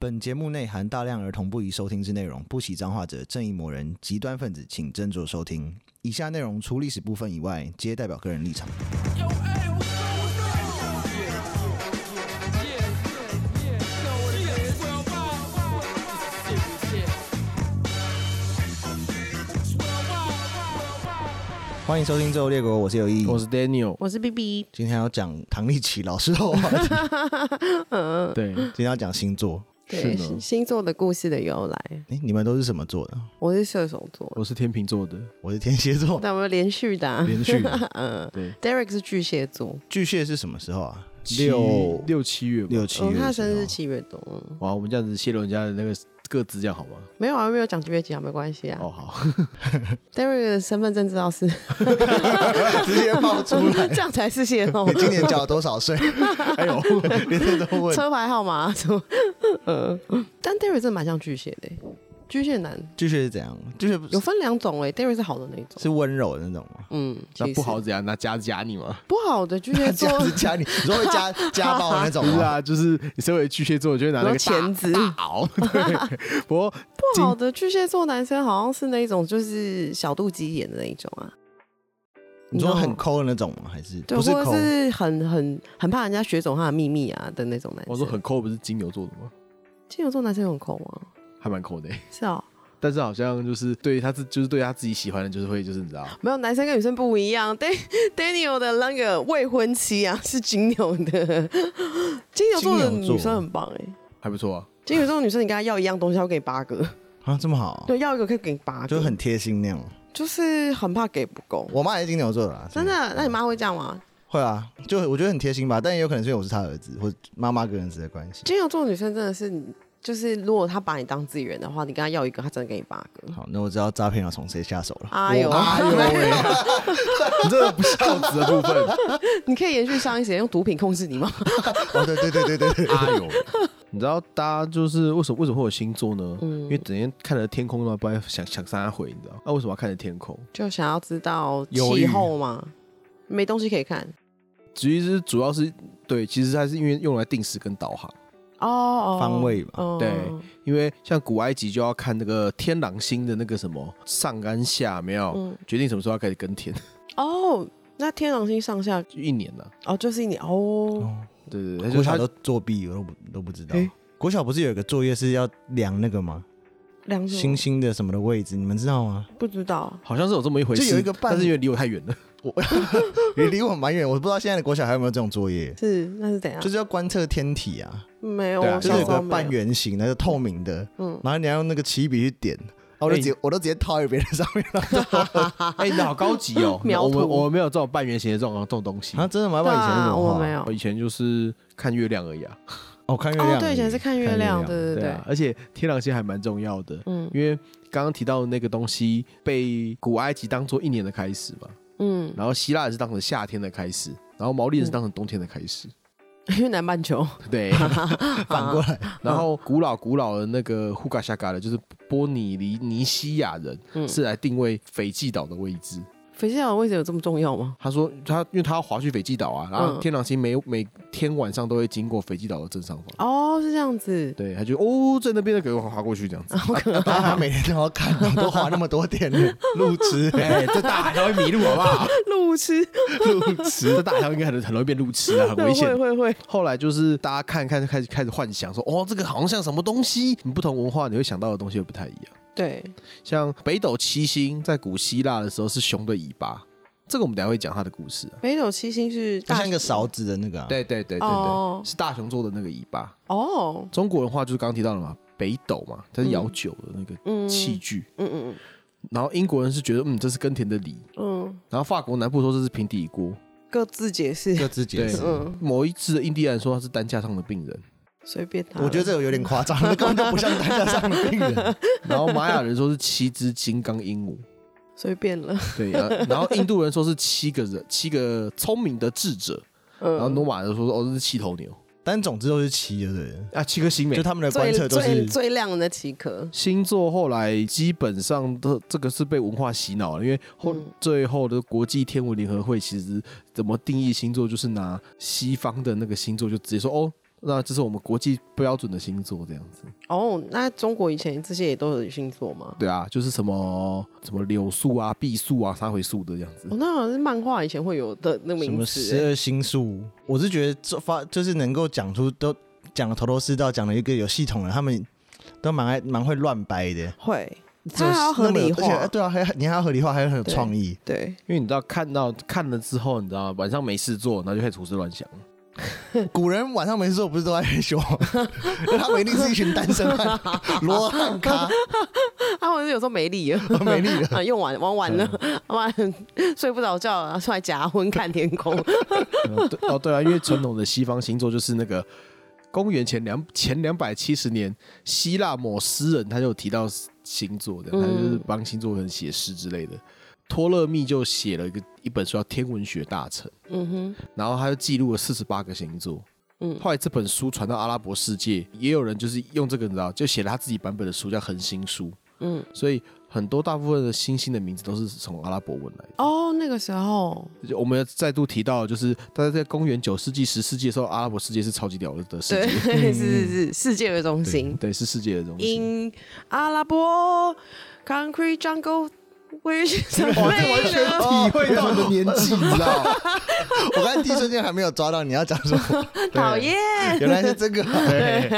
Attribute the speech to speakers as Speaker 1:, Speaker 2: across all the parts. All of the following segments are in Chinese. Speaker 1: 本节目内含大量儿童不宜收听之内容，不喜脏话者、正义魔人、极端分子，请斟酌收听。以下内容除历史部分以外，皆代表个人立场。欢迎收听《最后列国》，我是有意，
Speaker 2: 我是 Daniel，
Speaker 3: 我是 B B，
Speaker 1: 今天要讲唐立奇老师的话 题，
Speaker 2: 对，
Speaker 1: 今天要讲星座。
Speaker 3: 对
Speaker 2: 嗯是呢
Speaker 3: 星座的故事的由来。
Speaker 1: 哎，你们都是什么座的？
Speaker 3: 我是射手座，
Speaker 2: 我是天秤座的，
Speaker 1: 我是天蝎座，
Speaker 3: 但我们连续的、啊。
Speaker 1: 连 续的。
Speaker 2: 对，
Speaker 3: Derek 是巨蟹座，
Speaker 1: 巨蟹是什么时候啊？
Speaker 2: 七
Speaker 1: 六
Speaker 2: 六七月吧。
Speaker 1: 六七月
Speaker 3: 嗯，
Speaker 1: 的时候，
Speaker 3: 他生日是七月多，嗯
Speaker 2: 哇，我们这样子泄露人家的那个各自这样好吗？
Speaker 3: 没有啊，没有讲几月几号，没关系啊。
Speaker 2: 哦，好，
Speaker 3: Derek 的身份证知道是，
Speaker 1: 直接爆出 来
Speaker 3: 这。样才是泄露
Speaker 1: 你。今年缴了多少税？ 哎呦，连这都问。
Speaker 3: 车牌号码、什么？ 呃，但 Derek 真的蛮像巨蟹的、欸巨蟹男
Speaker 1: 巨蟹是怎样？巨蟹不是
Speaker 3: 有分两种哎、d e r e k 是好的那种，
Speaker 1: 是温柔的那种 吗？
Speaker 3: 嗯，其
Speaker 2: 那
Speaker 3: 实
Speaker 2: 不好怎样？拿夹夹你吗？
Speaker 3: 不好的巨蟹
Speaker 1: 这
Speaker 3: 座
Speaker 1: 样子加你，你说会加 家暴那种
Speaker 2: 不 是
Speaker 1: 吗？
Speaker 2: 啊，就是你身为巨蟹座，你就会拿那
Speaker 3: 有
Speaker 2: 个
Speaker 3: 钳子
Speaker 2: 大大螯。对，不过
Speaker 3: 不好的巨蟹座男生好像是那种就是小肚鸡眼的那一种啊。
Speaker 1: 你说
Speaker 3: 知道
Speaker 1: 很
Speaker 3: 吗
Speaker 1: 抠的那种吗？还是
Speaker 3: 对，
Speaker 1: 不是
Speaker 3: 或
Speaker 1: 抠
Speaker 3: 者？是很很很怕人家学走他的秘密啊的那种男生。
Speaker 2: 我说很抠，不是金牛座的吗？
Speaker 3: 金牛座男生有很抠吗？
Speaker 2: 还蛮抠的欸，
Speaker 3: 是啊、
Speaker 2: 但是好像就是对他自就是对他自己喜欢的，就是会就是你知道，
Speaker 3: 没有男生跟女生不一样。Dan Daniel 的那个未婚妻啊是金牛的，金牛座的
Speaker 1: 金牛座
Speaker 3: 女生很棒哎、
Speaker 2: 还不错啊。
Speaker 3: 金牛座的女生，你跟她要一样东西，她会给你八个，
Speaker 1: 啊，这么好，
Speaker 3: 对，要一个可以给你八个，
Speaker 1: 就很贴心那样。
Speaker 3: 就是很怕给不够。
Speaker 1: 我妈也是金牛座的啊啦，
Speaker 3: 真的？那你妈会这样吗？
Speaker 1: 会啊，就我觉得很贴心吧，但也有可能是因为我是她儿子或妈妈跟儿子的关系。
Speaker 3: 金牛座的女生真的是，就是如果她把你当自己人的话，你跟她要一个，她真的给你八个。
Speaker 1: 好，那我知道诈骗要从谁下手了。
Speaker 3: 哎呦，
Speaker 2: 哎呦喂，你这个不孝子的部分，
Speaker 3: 你可以延续上一节用毒品控制你 吗？
Speaker 1: 哦，对对对对对，
Speaker 2: 哎呦，你知道大家就是为什么为什么会有星座呢？
Speaker 3: 嗯
Speaker 2: 因为整天看着天空嘛，不然想想杀他回，你知道？那、为什么要看着天空？
Speaker 3: 就想要知道
Speaker 2: 忧郁
Speaker 3: 气候嘛，没东西可以看。
Speaker 2: 其实主要是对，其实还是因为用来定时跟导航。
Speaker 3: 哦哦，
Speaker 1: 方位吧
Speaker 3: 哦
Speaker 2: 对因为像古埃及就要看那个天狼星的那个什么上跟下，有没有、
Speaker 3: 嗯
Speaker 2: 决定什么时候要开始耕田，
Speaker 3: 哦，那天狼星上下
Speaker 2: 就一年了、
Speaker 3: 哦，就是你哦，
Speaker 1: 哦
Speaker 2: 对对
Speaker 1: 国
Speaker 2: 对，就是
Speaker 1: 小
Speaker 2: 他
Speaker 1: 都作弊，我都不都不知道
Speaker 2: 诶。
Speaker 1: 国小不是有一个作业是要量那个吗？
Speaker 3: 两种
Speaker 1: 星星的什么的位置，你们知道吗？
Speaker 3: 不知道
Speaker 2: 好像是有这么一回事，
Speaker 1: 就有一个半
Speaker 2: 但是因为离我太远了，
Speaker 1: 也离我蛮远，我不知道现在的国小还有没有这种作业，
Speaker 3: 是那是怎样
Speaker 1: 就？是要观测天体啊，
Speaker 3: 没有，
Speaker 2: 对啊
Speaker 3: 我
Speaker 1: 就
Speaker 3: 小
Speaker 1: 是
Speaker 3: 时
Speaker 1: 有个
Speaker 3: 候没
Speaker 1: 半
Speaker 3: 有。
Speaker 1: 圆形，那个透明的，
Speaker 3: 嗯，！
Speaker 1: 然后你要用那个起笔去点，啊我就直接我都直接套在别人上面了。
Speaker 2: 哎、你好高级哦
Speaker 3: 描
Speaker 2: 我
Speaker 3: 图
Speaker 2: 们我们没有这种半圆形的这种这种东西。
Speaker 1: 啊，真的吗？不
Speaker 3: 对
Speaker 1: 然以前是什
Speaker 3: 啊，
Speaker 1: 么
Speaker 3: 我
Speaker 1: 画
Speaker 3: 没有。
Speaker 2: 我以前就是看月亮而已啊，
Speaker 1: 哦，看月亮而已。
Speaker 3: 哦，对，以前是看月亮，对对对
Speaker 2: 啊，，而且天狼星还蛮重要的，
Speaker 3: 嗯
Speaker 2: 因为刚刚提到的那个东西被古埃及当做一年的开始嘛，
Speaker 3: 嗯，
Speaker 2: 然后希腊也是当成夏天的开始，然后毛利人是当成冬天的开始，
Speaker 3: 因为南半球，
Speaker 2: 对。
Speaker 1: 反过
Speaker 3: 嗯
Speaker 1: 来，
Speaker 2: 然后古老古老的那个呼嘎夏嘎的，就是波尼尼尼西亚人、
Speaker 3: 嗯
Speaker 2: 是来定位斐济岛的位置。
Speaker 3: 肥蟹岛的位置有这么重要吗？
Speaker 2: 他说他因为他要滑去斐济岛啊，然后
Speaker 3: 嗯
Speaker 2: 天狼星每每天晚上都会经过斐济岛的正上方。
Speaker 3: 哦，是这 样子，
Speaker 2: 对，他就哦，在那边的给我划过去这样 子，
Speaker 3: 哦
Speaker 1: 大家每天都要看，啊都花那么多点了， 路痴。
Speaker 2: 哎、这大海它会迷路好不好？
Speaker 3: 路痴，
Speaker 2: 路痴，这大象应该很很容易变路痴啊，很
Speaker 3: 对
Speaker 2: 危险
Speaker 3: 会。会会，
Speaker 2: 后来就是大家看看开始开始幻想说，哦，这个好像像什么东西，你不同文化你会想到的东西会不太一样。
Speaker 3: 对，
Speaker 2: 像北斗七星在古希腊的时候是熊的尾巴，这个我们等一下会讲它的故事、啊。
Speaker 3: 北斗七星是
Speaker 1: 就
Speaker 3: 大
Speaker 1: 像一个勺子的那个、啊，，
Speaker 2: 对对对对对，
Speaker 3: 哦
Speaker 2: 是大熊做的那个尾巴。
Speaker 3: 哦，
Speaker 2: 中国文化就是刚刚提到了嘛，北斗嘛，它是舀酒的那个
Speaker 3: 嗯，
Speaker 2: 器具。
Speaker 3: 嗯嗯
Speaker 2: 然后英国人是觉得，嗯，这是耕田的犁。
Speaker 3: 嗯嗯，
Speaker 2: 然后法国南部说这是平底锅。
Speaker 3: 各自解释，
Speaker 1: 各自解释
Speaker 2: 对。
Speaker 3: 嗯，
Speaker 2: 某一次的印第安人说他是担架上的病人。
Speaker 3: 随便他了。
Speaker 1: 我觉得这个有点夸张， 那根本就不像担架上的病 人。
Speaker 2: 然后玛雅人说是七只金刚鹦鹉，
Speaker 3: 随 便了，
Speaker 2: 对， 呃然后印度人说是七个人，七个聪明的智者，然后
Speaker 3: 嗯，
Speaker 2: 罗马人说哦这是七头牛
Speaker 1: 但总之都是七，对不对？
Speaker 2: 啊，七颗星
Speaker 1: 就
Speaker 2: 美。
Speaker 1: 他们的观
Speaker 3: 最
Speaker 1: 测都
Speaker 3: 最
Speaker 1: 是
Speaker 3: 最亮的奇壳，
Speaker 2: 星座后来基本上都这个是被文化洗脑了，因为后、
Speaker 3: 嗯
Speaker 2: 最后的国际天文联合会其实怎么定义星座，就是拿西方的那个星座就直接说哦那这是我们国际标准的星座这样子。
Speaker 3: 哦，那中国以前这些也都有星座吗？
Speaker 2: 对啊，就是什么什么柳树啊、碧树啊、三回树的这样子
Speaker 3: 哦，。那好像是漫画以前会有的那个
Speaker 1: 嗯什
Speaker 3: 名
Speaker 1: 么
Speaker 3: 字
Speaker 1: 十
Speaker 3: 欸。
Speaker 1: 二星宿，我是觉得这发就是能够讲出都讲的头头是道，讲了一个有系统的，他们都蛮爱蛮会乱掰的。
Speaker 3: 会，
Speaker 1: 就
Speaker 3: 它
Speaker 1: 是
Speaker 3: 还要合
Speaker 1: 那么有
Speaker 3: 理
Speaker 1: 而且
Speaker 3: 化。
Speaker 1: 对啊，还你还要合理化，还很有
Speaker 3: 对
Speaker 1: 创意。
Speaker 3: 对，
Speaker 2: 因为你知道看到看了之后，你知道吗晚上没事做，然后就开始胡思乱想。
Speaker 1: 古人晚上没事做不是都在害羞吗？ 他们一定是一群单身 汉、罗汉咖，
Speaker 3: 他们有时候没力了，
Speaker 1: 没力了。
Speaker 3: 啊，用完玩完
Speaker 1: 嗯
Speaker 3: 了， 玩完睡不着觉，然后出来假昏看天 空。
Speaker 2: 嗯对哦，对啊，因为传统的西方星座就是那个公元前两前两百七十年，希腊某诗人他就有提到星座的，他
Speaker 3: 嗯
Speaker 2: 就是帮星座人写诗之类的。托勒密就写了一个一本书叫《天文学大臣》，
Speaker 3: 嗯
Speaker 2: 然后他就记录了四十八个星座。
Speaker 3: 嗯
Speaker 2: 后来这本书传到阿拉伯世界，也有人就是用这个，你知道，就写了他自己版本的书，叫《恒星书》。
Speaker 3: 嗯，
Speaker 2: 所以很多大部分的星星的名字都是从阿拉伯文来的。
Speaker 3: 哼，哦，那个时候，
Speaker 2: 就我们再度提到，就是大家在公元九世纪、十世纪的时候，阿拉伯世界是超级屌的世
Speaker 3: 对，
Speaker 2: 界，
Speaker 1: 嗯
Speaker 3: 是是是，世界的中心。
Speaker 2: 对，是世界的中心。
Speaker 3: In 阿拉伯 concrete jungle，我 也是
Speaker 1: 哦
Speaker 3: 什么
Speaker 1: 完全
Speaker 3: 啊
Speaker 1: 体会到你的年纪，你知 道？我刚才第一瞬间还没有抓到你要讲什么，
Speaker 3: 讨厌。
Speaker 1: 原来是这个。
Speaker 2: 对，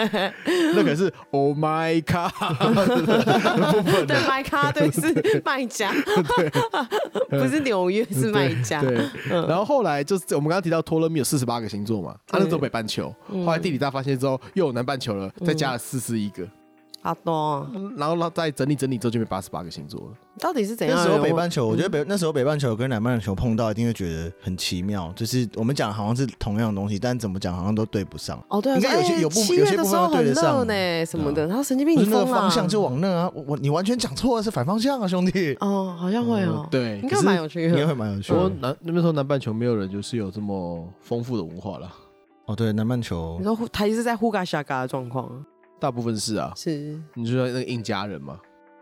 Speaker 2: 那可是 Oh my God！
Speaker 3: 对，卖咖对是 卖家，不是纽约是卖家。嗯
Speaker 2: 对，然后后来就是我们刚刚提到托勒密有四十八个星座嘛，他那时候北半球，
Speaker 3: 嗯
Speaker 2: 后来地理大发现之后又有南半球了，再加了四十一个，
Speaker 3: 好多哦，
Speaker 2: 然后他再整理整理之后就变八十八个星座了。
Speaker 3: 到底是怎样
Speaker 1: 那
Speaker 3: 的
Speaker 1: 时
Speaker 3: 人？
Speaker 1: 候北半球，我觉得北那时候北半球跟南半球碰到，一定会觉得很奇妙。就是我们讲好像是同样的东西，但怎么讲好像都对不上。
Speaker 3: 哦，对啊，
Speaker 1: 应该有些
Speaker 3: 哎
Speaker 1: 有部
Speaker 3: 七
Speaker 1: 有
Speaker 3: 月
Speaker 1: 些
Speaker 3: 的
Speaker 1: 部
Speaker 3: 时
Speaker 1: 分
Speaker 3: 候
Speaker 1: 会对
Speaker 3: 很
Speaker 1: 得上
Speaker 3: 热呢，什么的。他说神经病，
Speaker 1: 不
Speaker 3: 你
Speaker 1: 是那个
Speaker 3: 疯啊了
Speaker 1: 方向就往那啊，我我你完全讲错了，是反方向啊，兄 弟。
Speaker 3: 哦，好像会哦
Speaker 2: 嗯。对
Speaker 3: 应
Speaker 2: 可
Speaker 3: 该
Speaker 2: 是
Speaker 3: 蛮有趣
Speaker 1: 应该
Speaker 3: 的。
Speaker 1: 会蛮有趣
Speaker 2: 我
Speaker 1: 的。
Speaker 2: 南那边说南半球没有人就是有这么丰富的文化了，
Speaker 1: 哦，对，南半球
Speaker 3: 你说他也是在呼嘎下嘎的状况，
Speaker 2: 大部分是啊，
Speaker 3: 是
Speaker 2: 你就说那个印加人嘛，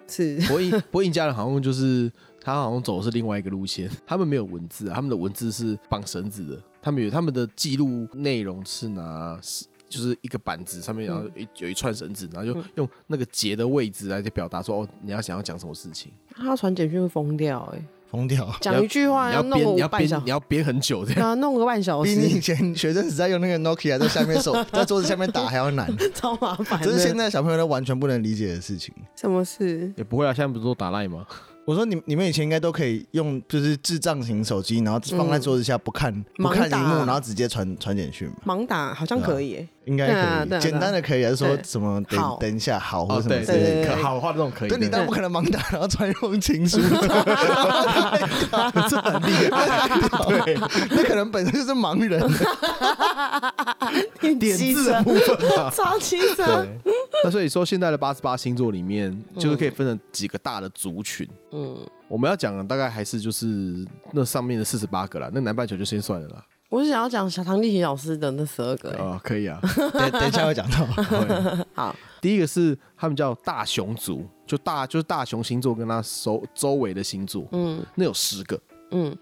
Speaker 3: 是
Speaker 2: 不过印不过印加人好像就是他好像走的是另外一个路线，他们没有文字啊，他们的文字是绑绳子的，他们有他们的记录内容是拿是就是一个板子上面然后
Speaker 3: 嗯
Speaker 2: 有一有一串绳子，然后就用那个结的位置来去表达说哦你要想要讲什么事情，
Speaker 3: 他传简讯会疯掉哎，
Speaker 1: 疯掉。
Speaker 3: 讲一句话
Speaker 2: 你要
Speaker 3: 啊弄个
Speaker 2: 编你
Speaker 3: 五
Speaker 2: 要
Speaker 3: 半小
Speaker 2: 编 你要编很久这样。
Speaker 3: 啊，弄个半小
Speaker 1: 比你以
Speaker 3: 时，
Speaker 1: 前学生时代用那个 Nokia 在下面手在桌子下面打还要难，
Speaker 3: 超麻烦的。
Speaker 1: 这是现在小朋友都完全不能理解的事情。
Speaker 3: 什么事？
Speaker 2: 也不会啊，现在不是都打赖吗？
Speaker 1: 我说你你们以前应该都可以用就是智障型手机，然后放在桌子下不看、不看
Speaker 3: 嗯盲
Speaker 1: 荧
Speaker 3: 打
Speaker 1: 幕，然后直接传传简讯嘛，
Speaker 3: 盲打好像可以欸，
Speaker 1: 应该
Speaker 3: 对啊
Speaker 1: 可以，
Speaker 3: 对啊对啊
Speaker 1: 简单的可以，还是说
Speaker 3: 对
Speaker 1: 什么
Speaker 3: 好
Speaker 1: 等等一下好或
Speaker 2: 哦，
Speaker 1: 什么
Speaker 2: 对
Speaker 1: 之类
Speaker 3: 对
Speaker 1: 的。
Speaker 3: 对
Speaker 2: 好话这种可以
Speaker 1: 对，
Speaker 2: 的，
Speaker 1: 你当然不可能盲打，然后传用情 书，
Speaker 2: 这很厉害，对，
Speaker 1: 那可能本身就是盲 人。
Speaker 2: 点
Speaker 3: 机
Speaker 2: 字
Speaker 3: 车
Speaker 2: 的部分啊，
Speaker 3: 超轻松。
Speaker 2: 对， 那所以说现在的八十八星座里面，就是可以分成几个大的族群。
Speaker 3: 嗯，
Speaker 2: 我们要讲的大概还是就是那上面的四十八个啦，那南半球就先算了啦。
Speaker 3: 我是想要讲小唐立奇老师的那十二个
Speaker 2: 啊、
Speaker 3: 欸。
Speaker 2: 可以 啊。
Speaker 1: 等等一下会讲到，
Speaker 2: 对
Speaker 3: 好，
Speaker 2: 第一个是他们叫大熊族，就大就是大熊星座跟它周周围的星座，
Speaker 3: 嗯
Speaker 2: 那有十个，
Speaker 3: 嗯，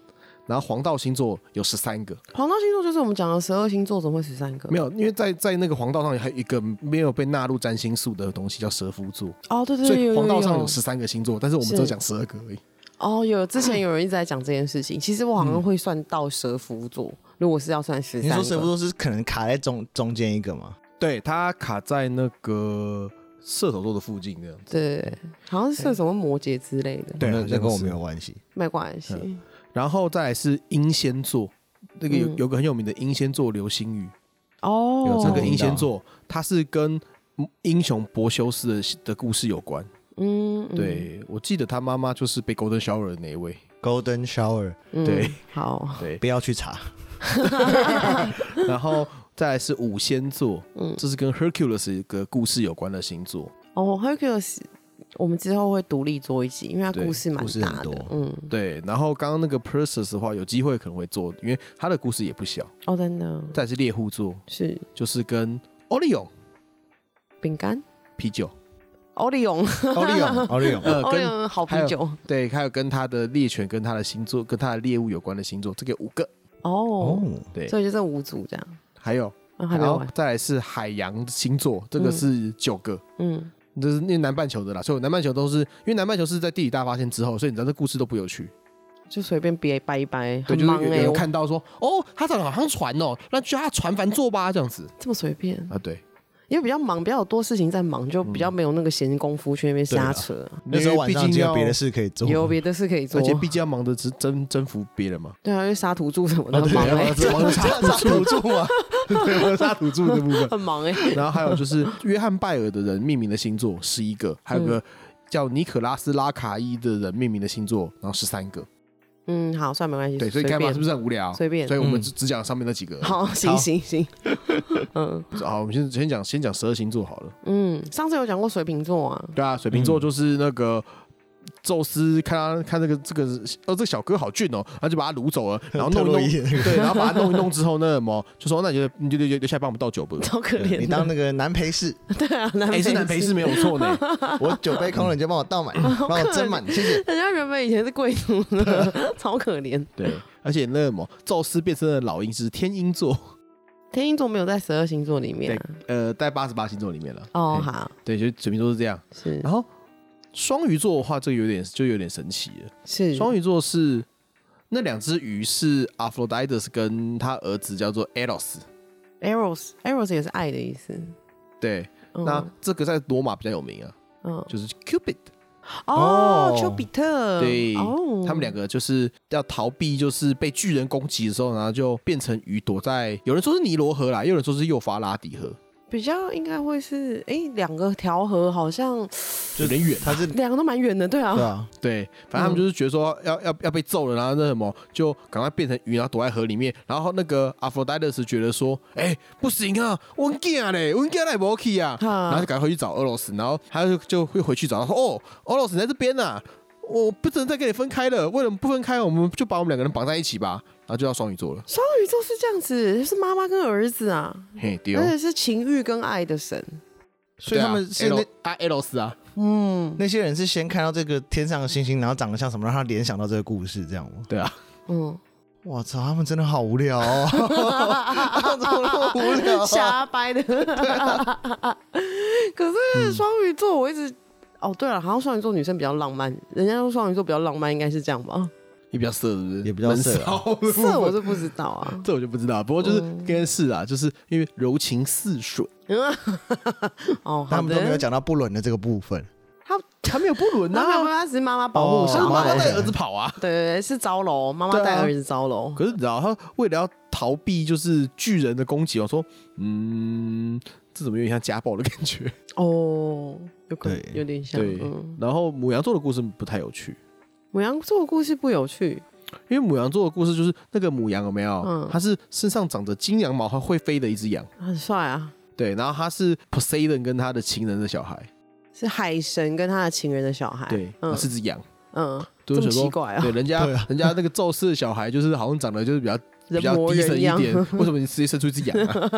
Speaker 2: 然后黄道星座有十三个，
Speaker 3: 黄道星座就是我们讲的十二星座，怎么会十三个？
Speaker 2: 没有，因为在在那个黄道上还有一个没有被纳入占星术的东西叫蛇夫座，
Speaker 3: 哦，对对
Speaker 2: 所
Speaker 3: 对，有
Speaker 2: 以
Speaker 3: 有
Speaker 2: 黄道上
Speaker 3: 有
Speaker 2: 有十三个星座，但是我们只有
Speaker 3: 是
Speaker 2: 讲十二个而已。
Speaker 3: 哦，有之前有人一直在讲这件事情，其实我好像会算到蛇夫座，如果是要算十
Speaker 1: 你
Speaker 3: 三，
Speaker 1: 说神父都是可能卡在中中间一个嘛？
Speaker 2: 对，它卡在那个射手座的附近这样子。
Speaker 3: 对，对对好像是射手跟摩羯之类的，
Speaker 2: 对
Speaker 1: 那那跟我没
Speaker 2: 有。
Speaker 1: 有关系。
Speaker 3: 没关系。
Speaker 2: 然后再来是英仙座，那个有、
Speaker 3: 嗯
Speaker 2: 有个很有名的英仙座流星雨，
Speaker 3: 哦，
Speaker 2: 这个英仙座它是跟英雄柏修斯的的故事有关。
Speaker 3: 嗯，嗯，
Speaker 2: 对我记得他妈妈就是被 Golden Shower 的那一位。
Speaker 1: Golden Shower，
Speaker 3: 嗯
Speaker 2: 对，
Speaker 3: 好，
Speaker 2: 对，
Speaker 1: 不要去查。
Speaker 2: 然后再来是五仙座，
Speaker 3: 嗯
Speaker 2: 这是跟 Hercules 的故事有关的星座。
Speaker 3: 哦，Hercules，我们之后会独立做一集，因为它
Speaker 2: 对
Speaker 3: 故事蛮
Speaker 1: 故事很
Speaker 3: 大的
Speaker 1: 多，
Speaker 3: 嗯，
Speaker 2: 对，然后刚刚那个 Perseus 的话，有机会可能会做，因为他的故事也不小。
Speaker 3: 哦，真的
Speaker 2: 再来是猎户座，
Speaker 3: 是
Speaker 2: 就是跟 Orion
Speaker 3: 饼干。
Speaker 2: 啤酒，
Speaker 3: 奥利永，
Speaker 1: 奥利永，奥利永，
Speaker 2: 呃，
Speaker 3: 奥利
Speaker 2: 跟
Speaker 3: 永好
Speaker 2: 还
Speaker 3: 啤
Speaker 2: 有
Speaker 3: 酒
Speaker 2: 对，还有跟他的猎犬、跟他的星座、跟他的猎物有关的星座，这个有五个，
Speaker 3: 哦，
Speaker 1: 哦，
Speaker 2: 对，
Speaker 3: 所以就这五组这样。
Speaker 2: 还有
Speaker 3: 啊，还没
Speaker 2: 然后
Speaker 3: 完，
Speaker 2: 再来是海洋星座，这个
Speaker 3: 嗯
Speaker 2: 是九个，
Speaker 3: 嗯，
Speaker 2: 这是那南半球的啦，所以南半球都是因为南半球是在地理大发现之后，所以你知道这故事都不有趣。
Speaker 3: 就随便憋掰一掰，
Speaker 2: 对，
Speaker 3: 很
Speaker 2: 就是
Speaker 3: 忙
Speaker 2: 有有
Speaker 3: 哎、
Speaker 2: 人
Speaker 3: 我
Speaker 2: 看到说，哦，他长得好像船哦，那就叫他船帆坐吧，这样子
Speaker 3: 这么随便，
Speaker 2: 啊，对，
Speaker 3: 因为比较忙，比较有多事情在忙，就
Speaker 2: 嗯
Speaker 3: 比较没有那个闲工夫去那边瞎扯，
Speaker 1: 那时候晚上
Speaker 2: 因为
Speaker 1: 只
Speaker 2: 毕竟
Speaker 1: 有
Speaker 2: 要
Speaker 1: 别的事可以做，
Speaker 3: 有别的事可以做
Speaker 2: 啊而。且毕竟要忙的只征征服别人嘛，
Speaker 3: 对啊，因为杀土著什么的
Speaker 2: 然后
Speaker 3: 很忙哎、
Speaker 2: 对，啊忙 着杀土著嘛，对，忙着杀土著的部分。
Speaker 3: 很忙哎、
Speaker 2: 然后还有就是约翰拜尔的人命名的星座十一个，还有个叫尼可拉斯拉卡伊的人命名的星座，然后十三个。
Speaker 3: 嗯，好，算没关系，
Speaker 2: 对，所以
Speaker 3: 随
Speaker 2: 看嘛，
Speaker 3: 便
Speaker 2: 是不是很无聊？啊
Speaker 3: 随便
Speaker 2: 所以我们
Speaker 1: 嗯
Speaker 2: 只只讲上面那几个。
Speaker 3: 好，行
Speaker 1: 好
Speaker 3: 行行， 嗯
Speaker 2: 好，我们先先讲先讲十二星座好了。
Speaker 3: 嗯，上次有讲过水瓶座啊，
Speaker 2: 对啊，水瓶座就是那个。宙斯看他看这个这个哦，这个小哥好俊哦，他就把他掳走了，然后弄一
Speaker 1: 特洛
Speaker 2: 弄，
Speaker 1: 伊那个
Speaker 2: 对，然后把他弄一弄之后，那什么就说那你就你就留留下来帮我们倒酒吧。
Speaker 3: 超可
Speaker 1: 你
Speaker 3: 怜的。
Speaker 1: 当那个男陪 侍，
Speaker 3: 对啊，男
Speaker 2: 哎，是男陪
Speaker 3: 陪
Speaker 2: 侍没有错呢，
Speaker 1: 我酒杯空了你就帮我 倒满，帮我斟满，谢谢。
Speaker 3: 人家原本以前是贵族呢， 超可怜。
Speaker 2: 对，而且那什么宙斯变成了老鹰是天鹰座，
Speaker 3: 天鹰座没有在十二星座里面啊、
Speaker 2: 呃，在八十八星座里面了。
Speaker 3: 哦，
Speaker 2: 嘿
Speaker 3: 好，
Speaker 2: 对，就水瓶座是这样。
Speaker 3: 是
Speaker 2: 然后双鱼座的话，这个有点就有点神奇了。
Speaker 3: 是
Speaker 2: 双鱼座是那两只鱼是 Aphrodite 跟他儿子叫做 Eros。
Speaker 3: Eros Eros 也是爱的意思。
Speaker 2: 对，
Speaker 3: 嗯
Speaker 2: 那这个在罗马比较有名啊，
Speaker 3: 嗯
Speaker 2: 就是 Cupid。
Speaker 3: 哦
Speaker 1: 哦，
Speaker 3: 丘比特
Speaker 2: 对
Speaker 3: 哦，
Speaker 2: 他们两个就是要逃避，就是被巨人攻击的时候，然后就变成鱼躲在，有人说是尼罗河啦，也有人说是幼发拉底河，
Speaker 3: 比较应该会是哎，两个调和好像
Speaker 2: 有点远。
Speaker 1: 他是
Speaker 3: 两个都蛮远的，对啊
Speaker 1: 对，啊，
Speaker 2: 对，反正他们就是觉得说要、要要被揍了，然后那什么就赶快变成鱼，然后躲在河里面。然后那个阿佛戴勒斯觉得说，哎、不行啊，我囝嘞，我囝来不去啊，
Speaker 3: 哈
Speaker 2: 然后就赶快回去找俄罗斯，然后他就就会回去找他说，哦，俄罗斯你在这边呐、啊，我不能再跟你分开了，为了不分开，我们就把我们两个人绑在一起吧。然后就要双鱼座了，
Speaker 3: 双鱼座是这样子，是妈妈跟儿子啊，
Speaker 2: 嘿，丢、
Speaker 3: 而且是情欲跟爱的神。
Speaker 1: 嗯 所以他们是那
Speaker 2: 对啊 L 啊 L 啊，
Speaker 3: 嗯
Speaker 1: 那些人是先看到这个天上的星星，然后长得像什么，让他联想到这个故事，这样吗？
Speaker 2: 对啊，
Speaker 3: 嗯，
Speaker 1: 我操，他们真的好无聊哦， 怎么那么 无聊、啊？
Speaker 3: 瞎掰的。 可是双鱼座，我一直哦，对了，好像双鱼座女生比较浪漫，人家说双鱼座比较浪漫，应该是这样吧？
Speaker 2: 也比较色，是不是？
Speaker 1: 也比较色啊
Speaker 2: 闷骚
Speaker 3: 这我是不知道啊。
Speaker 2: 这我就不知道，不过就是
Speaker 3: 嗯
Speaker 2: 跟是啊，就是因为柔情似水，
Speaker 3: 哦，好
Speaker 1: 他们都没有
Speaker 3: 的，
Speaker 1: 讲到不伦的这个部分，
Speaker 3: 他
Speaker 2: 他没有不伦
Speaker 3: 那没有
Speaker 2: 啊，
Speaker 3: 办法，只是妈妈保护
Speaker 1: 哦
Speaker 2: 是
Speaker 3: 小
Speaker 2: 妈妈
Speaker 3: 孩。
Speaker 2: 带儿子跑啊。
Speaker 3: 对对对，是招楼，妈妈
Speaker 2: 对啊
Speaker 3: 带儿子招楼。
Speaker 2: 可是你知道，他为了要逃避就是巨人的攻击，我说，嗯，这怎么有点像家暴的感 觉？
Speaker 3: 哦，有可能
Speaker 1: 对
Speaker 3: 有点像。
Speaker 2: 对
Speaker 3: 嗯，，
Speaker 2: 然后母羊座的故事不太有趣，
Speaker 3: 母羊座的故事不有趣，
Speaker 2: 因为母羊座的故事就是那个母羊有没有
Speaker 3: 嗯？
Speaker 2: 它是身上长着金羊毛，它会飞的一只羊。
Speaker 3: 很帅啊，
Speaker 2: 对，然后它是 Poseidon 跟他的情人的小孩，
Speaker 3: 是海神跟他的情人的小孩。
Speaker 2: 对，
Speaker 3: 嗯
Speaker 2: 是只羊。
Speaker 3: 嗯，
Speaker 2: 就
Speaker 3: 这
Speaker 2: 是
Speaker 3: 么
Speaker 2: 想说
Speaker 3: 奇怪啊
Speaker 2: 对，，人 家
Speaker 1: 对啊
Speaker 2: 人家那个宙斯的小孩，就是好像长得就是比较比
Speaker 3: 人
Speaker 2: 较
Speaker 3: 模
Speaker 2: 低
Speaker 3: 人
Speaker 2: 沉一
Speaker 3: 样。
Speaker 2: 点，为什么你直接生出一只羊啊？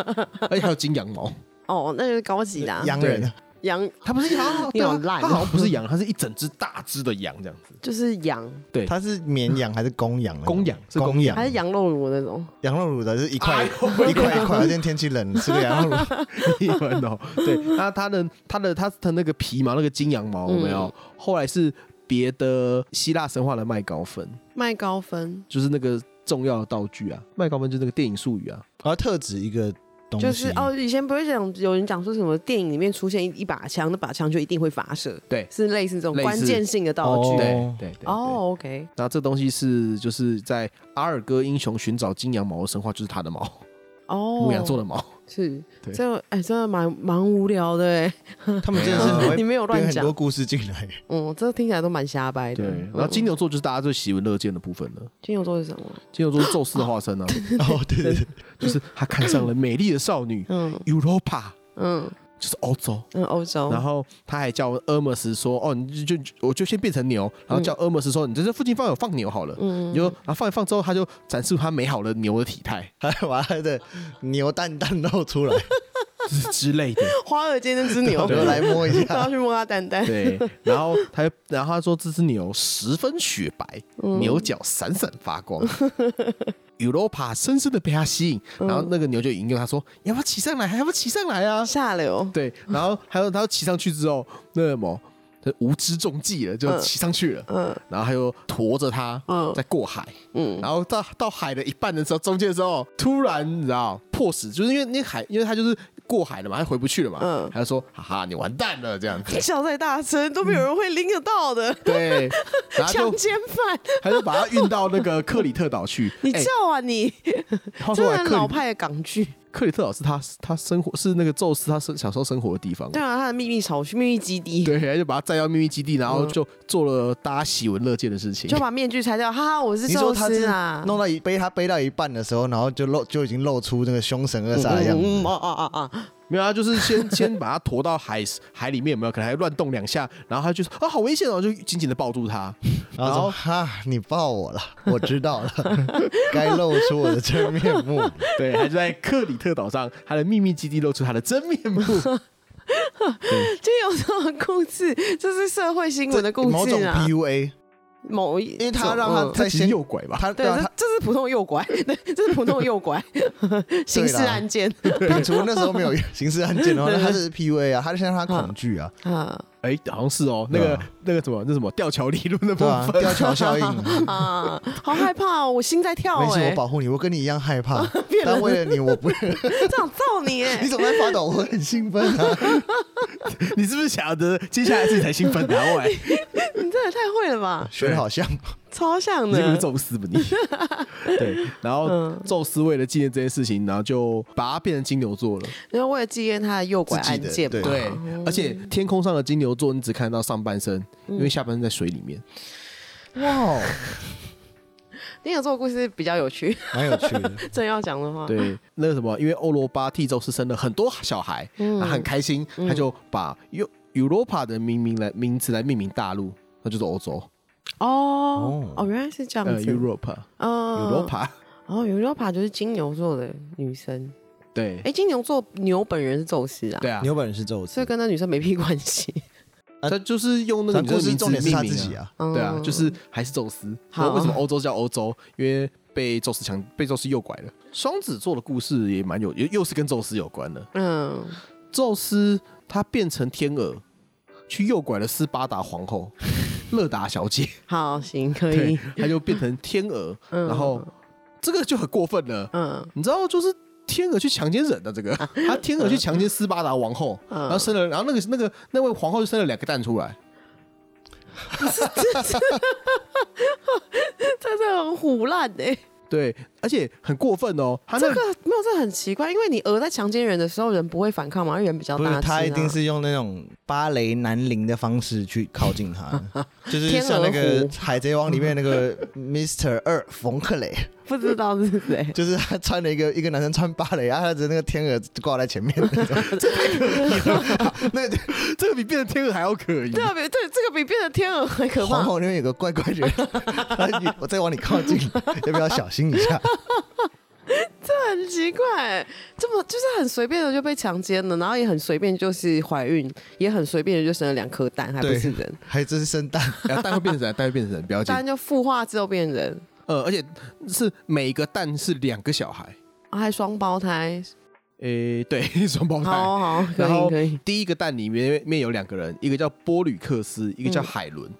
Speaker 2: 而且还有金羊毛，
Speaker 3: 哦，那就是高级的啊
Speaker 1: 洋人啊
Speaker 3: 羊
Speaker 2: 它不是 羊，
Speaker 3: 你好
Speaker 2: 对
Speaker 3: 烂
Speaker 2: 它它好像不哦是羊，它是一整只大只的羊这样子，
Speaker 3: 就是羊，
Speaker 1: 他是绵羊还是公羊？
Speaker 2: 公羊是
Speaker 1: 公羊
Speaker 3: 还是羊啊肉乳那种。
Speaker 1: 羊肉乳的是一块
Speaker 2: 哎
Speaker 1: 一块一块，今天天气冷，吃个羊肉乳。
Speaker 2: 你们 哦，对，那它的它的它的那个皮毛，那个金羊毛有没有？后来是别的希腊神话的麦高芬，
Speaker 3: 麦高芬
Speaker 2: 就是那个重要的道具啊，麦高芬就是那个电影术语啊，
Speaker 1: 然后特指一个东西，
Speaker 3: 就是哦，以前不会讲有人讲说什么电影里面出现一一把枪，那把枪就一定会发射，
Speaker 2: 对
Speaker 3: 是类似这种
Speaker 2: 类似
Speaker 3: 关键性的道具。
Speaker 1: 哦
Speaker 2: 对对对对
Speaker 3: 哦，OK，
Speaker 2: 那这东西是就是在阿尔戈英雄寻找金羊毛的神话，就是他的毛，
Speaker 3: 哦，
Speaker 2: 牧羊座的毛。
Speaker 3: 是，
Speaker 2: 对
Speaker 3: 这哎，真的蛮蛮无聊的哎，
Speaker 1: 他们真 的是很会
Speaker 3: 你没有
Speaker 1: 编
Speaker 3: 乱
Speaker 1: 很
Speaker 3: 讲
Speaker 1: 多，故事进来。
Speaker 3: 嗯，这听起来都蛮瞎掰的。
Speaker 2: 对，
Speaker 3: 嗯
Speaker 2: 然后金牛座就是大家最喜闻乐见的部分了。
Speaker 3: 金牛座是什么？
Speaker 2: 金牛座是宙斯的化身呢、啊，
Speaker 1: 哦，对对对，
Speaker 2: 就是他看上了美丽的少女
Speaker 3: 嗯
Speaker 2: Europa，
Speaker 3: 嗯
Speaker 2: 就是欧洲。
Speaker 3: 嗯，欧洲
Speaker 2: 然后他还叫阿莫斯说：“哦，你就就我就先变成牛。”然后叫阿莫斯说：“你在这附近放有放牛好了。”
Speaker 3: 嗯
Speaker 2: 你就然后放一放之后，他就展示出他美好的牛的体态。
Speaker 1: 还把他的牛蛋蛋露出来，
Speaker 2: 之类的。
Speaker 3: 华尔街那只牛，
Speaker 1: 我来摸一
Speaker 3: 然
Speaker 1: 下
Speaker 3: 后，去摸它蛋蛋，
Speaker 2: 对，然后他又，然后他说这只牛十分雪白，
Speaker 3: 嗯
Speaker 2: 牛角闪闪发 光。Europa 深深的被他吸引，
Speaker 3: 嗯
Speaker 2: 然后那个牛就引诱他说：“哎要不要骑上来？还要不要骑上来啊
Speaker 3: 下流？”。
Speaker 2: 对，然后还有他骑上去之后，那个什么，他无知中计了，就
Speaker 3: 嗯
Speaker 2: 骑上去了。
Speaker 3: 嗯
Speaker 2: 然后他又驮着它
Speaker 3: 嗯
Speaker 2: 在过海，
Speaker 3: 嗯
Speaker 2: 然后到到海的一半的时候，中间的时候，突然你知道迫使，就是因为那海，因为他就是过海了嘛，他回不去了嘛，
Speaker 3: 嗯
Speaker 2: 他就说：“哈哈，你完蛋了！”这样子，
Speaker 3: 叫再大声都没有人会拎得到的，
Speaker 2: 对，然后
Speaker 3: 强
Speaker 2: 就
Speaker 3: 奸犯，
Speaker 1: 哎
Speaker 2: 他就把它运到那个克里特岛去。
Speaker 3: 你
Speaker 2: 哎
Speaker 3: 叫啊你，
Speaker 2: 话
Speaker 3: 真
Speaker 2: 说
Speaker 3: 的
Speaker 2: 回来
Speaker 3: 很
Speaker 2: 克
Speaker 3: 老
Speaker 2: 里
Speaker 3: 派的港剧。
Speaker 2: 克里特岛是他他生活是那个宙斯他生小时候生活的地方。
Speaker 3: 对啊，他的秘密巢穴、秘密基地，
Speaker 2: 对，他就把他载到秘密基地，然后就做了大家喜闻乐见的事情
Speaker 3: 嗯就。把面具拆掉，哈哈，我是
Speaker 1: 你说
Speaker 3: 宙
Speaker 1: 他
Speaker 3: 斯
Speaker 1: 是
Speaker 3: 啊。
Speaker 1: 弄到一背他背到一半的时候，然后就露就已经露出那个凶神恶煞的样子。
Speaker 3: 嗯哦哦哦哦，
Speaker 2: 没有，他就是先 先把他驮到海海里面，有没有？可能还乱动两下，然后他就说啊，好危险哦，就紧紧的抱住他。
Speaker 1: 然后说哈，你抱我了，我知道了， 该露出我的真面 目。
Speaker 2: 对，他就在克里特岛上，他的秘密基地露出他的真面目。
Speaker 3: 就有这种故事，这是社会新闻的故
Speaker 1: 某种
Speaker 3: 事啊。
Speaker 1: PUA，
Speaker 3: 某一种，
Speaker 1: 因为他让
Speaker 3: 嗯
Speaker 1: 他 在
Speaker 2: 他只是
Speaker 1: 先
Speaker 2: 诱拐 吧？
Speaker 1: 他
Speaker 3: 对，
Speaker 1: 对啊
Speaker 3: 这这是普通的诱拐， 对，这是普通的诱 拐，刑事案件
Speaker 1: 他 他除了那时候没有刑事案件的话，那他是 PUA 啊，他先让他恐惧啊，
Speaker 3: 啊
Speaker 2: 哎，好像是哦，那
Speaker 1: 对
Speaker 2: 个
Speaker 1: 啊
Speaker 2: 那个什么，那什么吊桥理论的部
Speaker 1: 对啊吧？
Speaker 2: 分。
Speaker 1: 吊桥效应，
Speaker 3: 啊，好害怕哦，我心在跳
Speaker 1: 没事，
Speaker 3: 哎
Speaker 1: 我，保护你，我跟你一样害 怕，
Speaker 3: 变
Speaker 1: 但
Speaker 3: 人
Speaker 1: 为欸了你，我不，
Speaker 3: 这样揍你
Speaker 1: 你
Speaker 3: 哎，
Speaker 1: 怎么在发抖？我很兴奋啊！
Speaker 2: 你是不是晓得接下来自己才兴奋的、啊？ 喂，
Speaker 3: 你真的太会了吧，
Speaker 1: 选好像
Speaker 3: 超像
Speaker 2: 你是不是
Speaker 3: 的，
Speaker 2: 宙斯吧你？ 对，然后
Speaker 3: 嗯
Speaker 2: 宙斯为了纪念这件事情，然后就把它变成金牛座了。
Speaker 3: 然后为了纪念他的诱拐案
Speaker 1: 自己
Speaker 3: 件
Speaker 1: 的
Speaker 3: 嘛，
Speaker 1: 对
Speaker 2: 对，
Speaker 3: 哦
Speaker 2: 而且天空上的金牛座，你只看得到上半身，
Speaker 3: 嗯
Speaker 2: 因为下半身在水里面。
Speaker 1: 哇哦，
Speaker 3: 你有做故事比较有趣，
Speaker 1: 蛮有趣的。
Speaker 3: 真要讲的话，
Speaker 2: 对，那个什么，因为欧罗巴替宙斯生了很多小孩，
Speaker 3: 嗯
Speaker 2: 他很开心，他就把 Eu Europa 的命名来名词来命名大陆，那就是欧洲，
Speaker 3: 哦哦，原来是这样
Speaker 2: 呃
Speaker 3: 子，
Speaker 2: ，Europa
Speaker 3: 嗯
Speaker 2: Europa，
Speaker 3: 哦，Europa 就是金牛座的女生，
Speaker 2: 对
Speaker 3: 哎，金牛座牛本人是宙斯啊，
Speaker 2: 对啊，
Speaker 1: 牛呃本人是宙
Speaker 3: 所
Speaker 1: 斯
Speaker 3: 以，跟那女生没屁关系。
Speaker 2: 他就是用那个
Speaker 1: 但
Speaker 2: 女生
Speaker 1: 故
Speaker 2: 的
Speaker 1: 事
Speaker 2: 名
Speaker 1: 重
Speaker 2: 字
Speaker 1: 点是
Speaker 2: 命
Speaker 1: 他自己
Speaker 2: 名啊，
Speaker 1: 啊，
Speaker 2: 对啊
Speaker 3: 嗯，
Speaker 2: 就是还是宙斯。
Speaker 3: 好
Speaker 2: 为什么欧洲叫欧洲？因为被宙斯强，被宙斯诱拐了。双子座的故事也蛮有，又又是跟宙斯有关的。
Speaker 3: 嗯，
Speaker 2: 宙斯他变成天鹅，去诱拐了斯巴达皇 后勒达小姐，
Speaker 3: 好，行，可
Speaker 2: 对
Speaker 3: 以，，
Speaker 2: 他就变成天鹅，
Speaker 3: 嗯
Speaker 2: 然后这个就很过分了，
Speaker 3: 嗯，
Speaker 2: 你知道就是。天鹅去强奸人的啊这个，他天鹅去强奸斯巴达王后，
Speaker 3: 啊嗯
Speaker 2: 然后生了，然后那个那个那位皇后就生了两个蛋出来，
Speaker 3: 这这很虎烂哎、
Speaker 2: 对，而且很过分哦，他啊那
Speaker 3: 这个没有，这很奇怪，因为你鹅在强奸人的时候，人不会反抗嘛，因为人比较
Speaker 1: 不
Speaker 3: 大、
Speaker 1: 是
Speaker 3: 啊，
Speaker 1: 他一定是用那种芭蕾男伶的方式去靠近他的，就是
Speaker 3: 天鹅
Speaker 1: 像那个
Speaker 3: 湖
Speaker 1: 《海贼王》里面那个 Mr 二冯克雷，，
Speaker 3: 不知道是谁
Speaker 1: 就是他穿了一个一个男生穿芭蕾啊，他的那个天鹅挂在前面那种，那个
Speaker 2: 这个比变成天鹅还要可疑。
Speaker 3: 对啊，比对这个比变成天鹅还可
Speaker 1: 皇
Speaker 2: 哦
Speaker 3: 怕。
Speaker 1: 后那边有个怪怪的人，他我再往你靠近，要不要小心一下？
Speaker 3: 很奇怪，这么就是很随便的就被强奸了，然后也很随便就是怀孕，也很随便的就生了两颗蛋，还不
Speaker 1: 对
Speaker 3: 是人，
Speaker 1: 还真是生蛋，
Speaker 2: 然哎后蛋会变成人，蛋会变成人，不要紧。
Speaker 3: 蛋就孵化之后变人，
Speaker 2: 呃，而且是每个蛋是两个小孩，
Speaker 3: 啊、还双胞胎，
Speaker 2: 诶，对， 双胞胎。
Speaker 3: 好好可
Speaker 2: 然后
Speaker 3: 以可以，
Speaker 2: 第一个蛋里面面有两个人，一个叫波吕克斯，一个
Speaker 3: 嗯
Speaker 2: 叫海伦。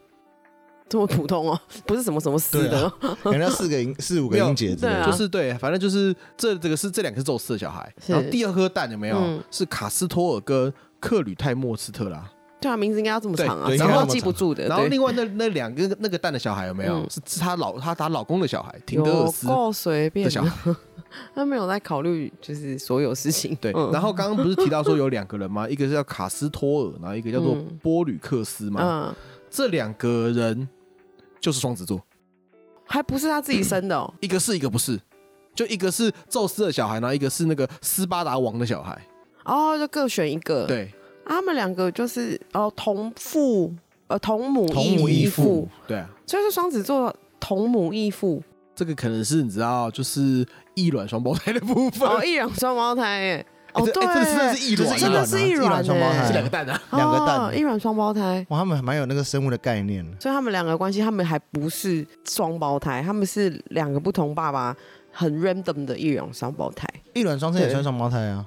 Speaker 3: 这么普通哦， 不是什么什么死
Speaker 1: 对
Speaker 3: 的
Speaker 1: 啊
Speaker 3: 哦，
Speaker 1: 可能要四 个音四五个
Speaker 2: 没有
Speaker 1: 音节之类
Speaker 3: 对
Speaker 1: 的
Speaker 3: 啊
Speaker 2: 就是对，反正就是这这个是这两个是宙斯的小孩，
Speaker 3: 是
Speaker 2: 然后第二颗蛋有没有、
Speaker 3: 嗯
Speaker 2: 是卡斯托尔跟克吕泰莫斯特拉，
Speaker 3: 对啊，名字应该要这么
Speaker 2: 对
Speaker 3: 长啊，
Speaker 1: 对
Speaker 3: 然
Speaker 1: 应该
Speaker 3: 后
Speaker 1: 要这么
Speaker 3: 记不住的。
Speaker 2: 然后
Speaker 3: 对
Speaker 2: 另外那那两个那个蛋的小孩有没有、
Speaker 3: 嗯
Speaker 2: 是是她老她她老公的小孩廷
Speaker 3: 有
Speaker 2: 德尔斯
Speaker 3: 够随便
Speaker 2: 的小孩，
Speaker 3: 他没有在考虑就是所有事情。
Speaker 2: 对，
Speaker 3: 嗯
Speaker 2: 然后刚刚不是提到说有两个人吗？ 一个是叫卡斯托尔，然后一个叫做
Speaker 3: 嗯
Speaker 2: 波吕克斯嘛。
Speaker 3: 嗯，
Speaker 2: 这两个人就是双子座，
Speaker 3: 还不是他自己生的哦，
Speaker 2: 一个是一个不是，就一个是宙斯的小孩，然后一个是那个斯巴达王的小孩。
Speaker 3: 哦，就各选一个。啊，
Speaker 2: 对
Speaker 3: 他们两个就是哦同父呃同母
Speaker 1: 同母
Speaker 3: 异
Speaker 1: 异父，
Speaker 2: 对啊，
Speaker 3: 所以是双子座同母异父，
Speaker 2: 这个可能是你知道，就是异卵双胞胎的部分。
Speaker 3: 哦哦一两双胞胎哎，哦，
Speaker 1: 这
Speaker 3: 对，
Speaker 1: 哎这个真的是
Speaker 2: 异卵啊
Speaker 3: 真的是异
Speaker 1: 异卵双胞
Speaker 3: 欸
Speaker 1: 胎
Speaker 2: 是两个蛋啊，
Speaker 1: 两个蛋
Speaker 3: 哦异卵双胞胎，
Speaker 1: 哇，他们还蛮有那个生物的概念的。
Speaker 3: 所以他们两个关系，他们还不是双胞胎，他们是两个不同爸爸，很 random 的异卵双胞胎。
Speaker 1: 一卵双生也算双胞胎 啊，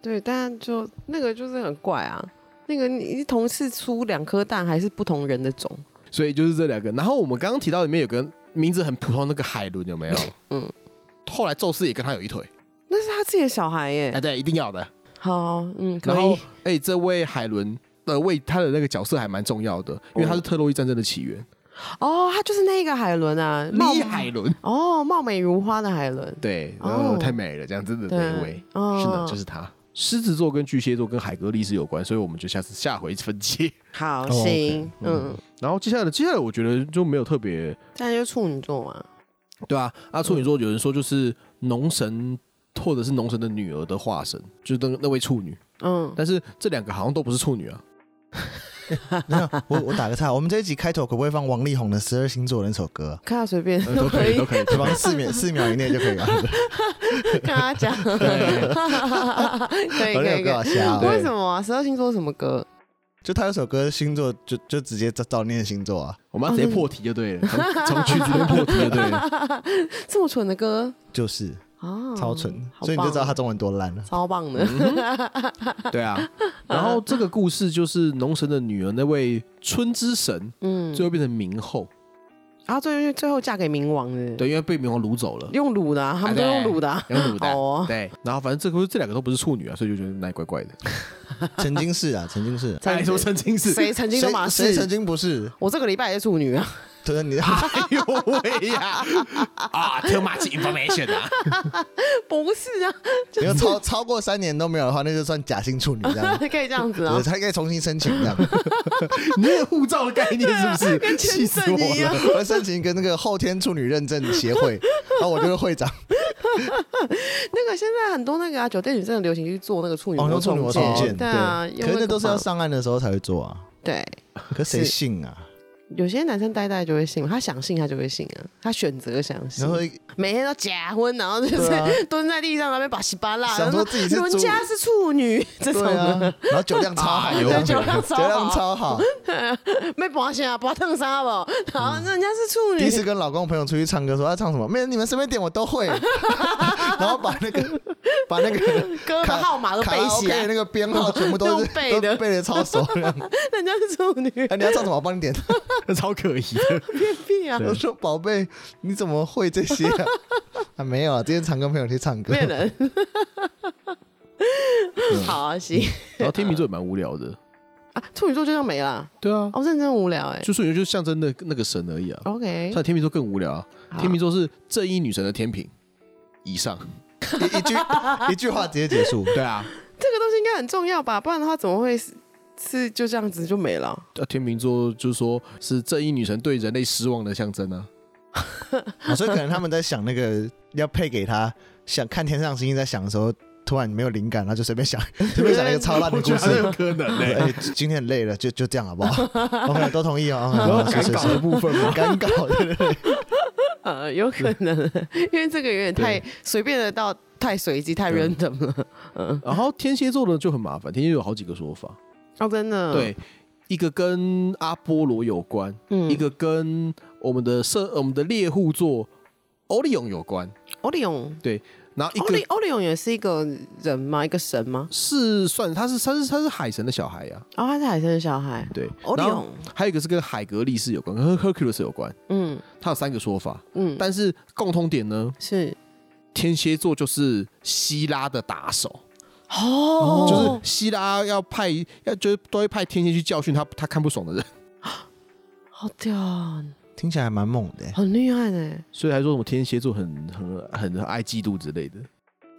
Speaker 3: 对，但就那个就是很怪啊，那个你你同时出两颗蛋还是不同人的种，
Speaker 2: 所以就是这两个。然后我们刚刚提到里面有个名字很普通的那个海伦有没有？
Speaker 3: 嗯，
Speaker 2: 后来宙斯也跟他有一腿，
Speaker 3: 那是他自己的小孩耶。
Speaker 2: 哎，对，一定要的。
Speaker 3: 好，嗯，可
Speaker 2: 然后
Speaker 3: 以。，
Speaker 2: 哎，这位海伦的为他的那个角色还蛮重要的，因为他是特洛伊战争的起源，
Speaker 3: 哦，他就是那个海伦啊，貌
Speaker 2: 李海伦，
Speaker 3: 哦，貌美如花的海伦。
Speaker 2: 对，
Speaker 3: 哦
Speaker 2: 然后太美了，这样真的那位
Speaker 3: 对，，哦，
Speaker 2: 是的，就是他。狮子座跟巨蟹座跟海格力士有关，所以我们就下次下回分解。
Speaker 3: 好
Speaker 1: ，OK，
Speaker 3: 行，嗯，
Speaker 2: 然后接下来的，接下来我觉得就没有特别
Speaker 3: 现在就处女座嘛，
Speaker 2: 对啊，啊，处女座有人说就是农神或者是农神的女儿的化身，就是那那位处女。
Speaker 3: 嗯，
Speaker 2: 但是这两个好像都不是处女啊。
Speaker 1: 那我我打个岔，我们这一集开头可不可以放王力宏的《十二星座》那首歌 啊？
Speaker 3: 看他随便
Speaker 2: 呃
Speaker 3: 都可以
Speaker 2: 都可以，
Speaker 1: 只放四秒四秒以内就可以了。
Speaker 3: 跟他 讲，
Speaker 1: 我那首
Speaker 3: 可以可以可
Speaker 1: 歌
Speaker 3: 以。
Speaker 1: 好瞎哦，
Speaker 3: 为什么啊？十二星座什么歌？
Speaker 1: 就他有首歌星座就就直接照照念星座啊，
Speaker 2: 我们要直
Speaker 3: 哦
Speaker 2: 接破题就对了，从从曲子中破题就对了。
Speaker 3: 这么蠢的歌
Speaker 1: 就是
Speaker 3: 啊！
Speaker 1: 超蠢，
Speaker 3: 好棒
Speaker 1: 所以你就知道他中文多烂了。
Speaker 3: 超棒的。
Speaker 2: 嗯对啊，然后这个故事就是农神的女儿那位春之神，
Speaker 3: 嗯，
Speaker 2: 最后变成冥后，
Speaker 3: 然后最后最后嫁给冥王的，，
Speaker 2: 对，因为被冥王掳走了，
Speaker 3: 用卤的啊，
Speaker 1: 哎
Speaker 3: 他们都用卤 的啊。
Speaker 2: 然后掳的。
Speaker 3: 哦，
Speaker 2: 对，然后反正这个这两个都不是处女啊，所以就觉得那怪怪的。
Speaker 1: 曾经是啊，曾经是，
Speaker 2: 再说曾经是，
Speaker 3: 谁曾经都马
Speaker 1: 谁谁曾
Speaker 3: 是？
Speaker 1: 经不是？
Speaker 3: 我这个礼拜也是处女啊，
Speaker 1: 对，你
Speaker 2: 哎呦喂呀！啊，too much information 啊！
Speaker 3: 不是啊，
Speaker 1: 你要超超过三年都没有的话，那就算假性处女这 样。
Speaker 3: 可以这样子 啊
Speaker 1: 对，，他可以重新申请这样，
Speaker 2: 你那个护照的概念是不是？气死我
Speaker 3: 跟签证一样
Speaker 2: 了！
Speaker 1: 我申请一个那个后天处女认证协会， 然后我就是会长。
Speaker 3: 那个现在很多那个啊，酒店女生很流行去做那个处女
Speaker 1: 哦
Speaker 3: 膜
Speaker 1: 用处女膜
Speaker 3: 重
Speaker 1: 重建
Speaker 3: 对啊，用
Speaker 1: 可是
Speaker 3: 个
Speaker 1: 那都是要
Speaker 3: 棒
Speaker 1: 上岸的时候才会做啊，
Speaker 3: 对。
Speaker 1: 可谁
Speaker 3: 是
Speaker 1: 信 啊？
Speaker 3: 有些男生呆呆就会信，啊他想信他就会信啊，他选择想信
Speaker 1: 然， 后
Speaker 3: 每天都假婚，然后就是、
Speaker 1: 对啊
Speaker 3: 蹲在地上那边把稀巴烂，
Speaker 1: 想说自己是
Speaker 3: 人
Speaker 1: 猪
Speaker 3: 家是处女这 种
Speaker 1: 对啊
Speaker 3: 的，，
Speaker 1: 然后酒量超好，
Speaker 2: 哎呦
Speaker 3: 对酒量超
Speaker 1: 酒量
Speaker 3: 好，
Speaker 1: 超好。
Speaker 3: 没保险啊，不要烫伤吧，然后人家是处
Speaker 1: 第一
Speaker 3: 女，
Speaker 1: 次跟老公朋友出去唱歌，说要啊唱什么，没人，你们随便点我都 会。然后把那个把那个
Speaker 3: 哥的
Speaker 1: 卡
Speaker 3: 号码都
Speaker 1: 卡
Speaker 3: 背
Speaker 1: 拉
Speaker 3: 起
Speaker 1: OK 的
Speaker 3: 来，
Speaker 1: 那个编号全部 都是
Speaker 3: 都背的
Speaker 1: 都背的超熟这样。
Speaker 3: 人家是处女，
Speaker 1: 哎，你要唱什么？我帮你点。
Speaker 2: 超可疑的。
Speaker 3: 偏僻啊，
Speaker 1: 我说宝贝，你怎么会这些啊？ 啊，没有啊，今天常跟朋友去唱歌。
Speaker 3: 骗人。
Speaker 1: 嗯
Speaker 3: 好啊，行
Speaker 2: 然后天秤座也蛮无聊的，
Speaker 3: 啊，处女座就这样没了，
Speaker 2: 对啊，
Speaker 3: 哦，认哦真无聊哎、
Speaker 2: 就处女就象征那那个神而已啊。
Speaker 3: OK，
Speaker 2: 像天秤座更无聊啊，
Speaker 3: 好
Speaker 2: 天秤座是正义女神的天平以上，
Speaker 1: 一一句一句话直接结束。
Speaker 2: 对啊，
Speaker 3: 这个东西应该很重要吧？不然的话怎么会是是就这样子就没了？
Speaker 2: 啊天秤座就是说是正义女神对人类失望的象征啊。
Speaker 1: 啊所以可能他们在想那个要配给他，想看天上星星在想的时候，突然没有灵感，然后就随便想，随便想一个超烂的故事。
Speaker 2: 有可能欸
Speaker 1: 哎、今天很累了，就就这样好不好？OK，都同意哦。
Speaker 2: 然后
Speaker 1: OK，好
Speaker 2: 赶
Speaker 1: 是是
Speaker 2: 稿的
Speaker 1: 是，
Speaker 2: 部分嘛，
Speaker 1: 干搞的。
Speaker 3: 呃，有可 能，因为这个有点太随便的到太随机、太
Speaker 2: 对
Speaker 3: random 了。
Speaker 2: 然后天蝎座呢就很麻烦，天蝎座有好几个说法，
Speaker 3: 哦，真的，，
Speaker 2: 对，一个跟阿波罗有关，
Speaker 3: 嗯
Speaker 2: 一个跟我们的社我们的猎户座欧利勇有关，
Speaker 3: 欧利勇，
Speaker 2: 然后一
Speaker 3: 欧
Speaker 2: 个
Speaker 3: 利欧利勇也是一个人吗？一个神吗？
Speaker 2: 是算他是他是他是海神的小孩呀、
Speaker 3: 哦，他是海参的小孩，
Speaker 2: 对，
Speaker 3: 欧利
Speaker 2: 然后
Speaker 3: 勇，
Speaker 2: 还有一个是跟海格力士有关，跟 Hercules 有关，
Speaker 3: 嗯
Speaker 2: 它有三个说法，
Speaker 3: 嗯，
Speaker 2: 但是共通点呢，
Speaker 3: 是
Speaker 2: 天蝎座就是希拉的打手，
Speaker 3: 哦，
Speaker 2: 就是希拉要派要就是都会派天蝎去教训他他看不爽的人，
Speaker 3: 好屌啊，
Speaker 1: 听起来还蛮猛的、欸
Speaker 3: 很厉害的。
Speaker 2: 所以还说什么天蝎座很很很很爱嫉妒之类的，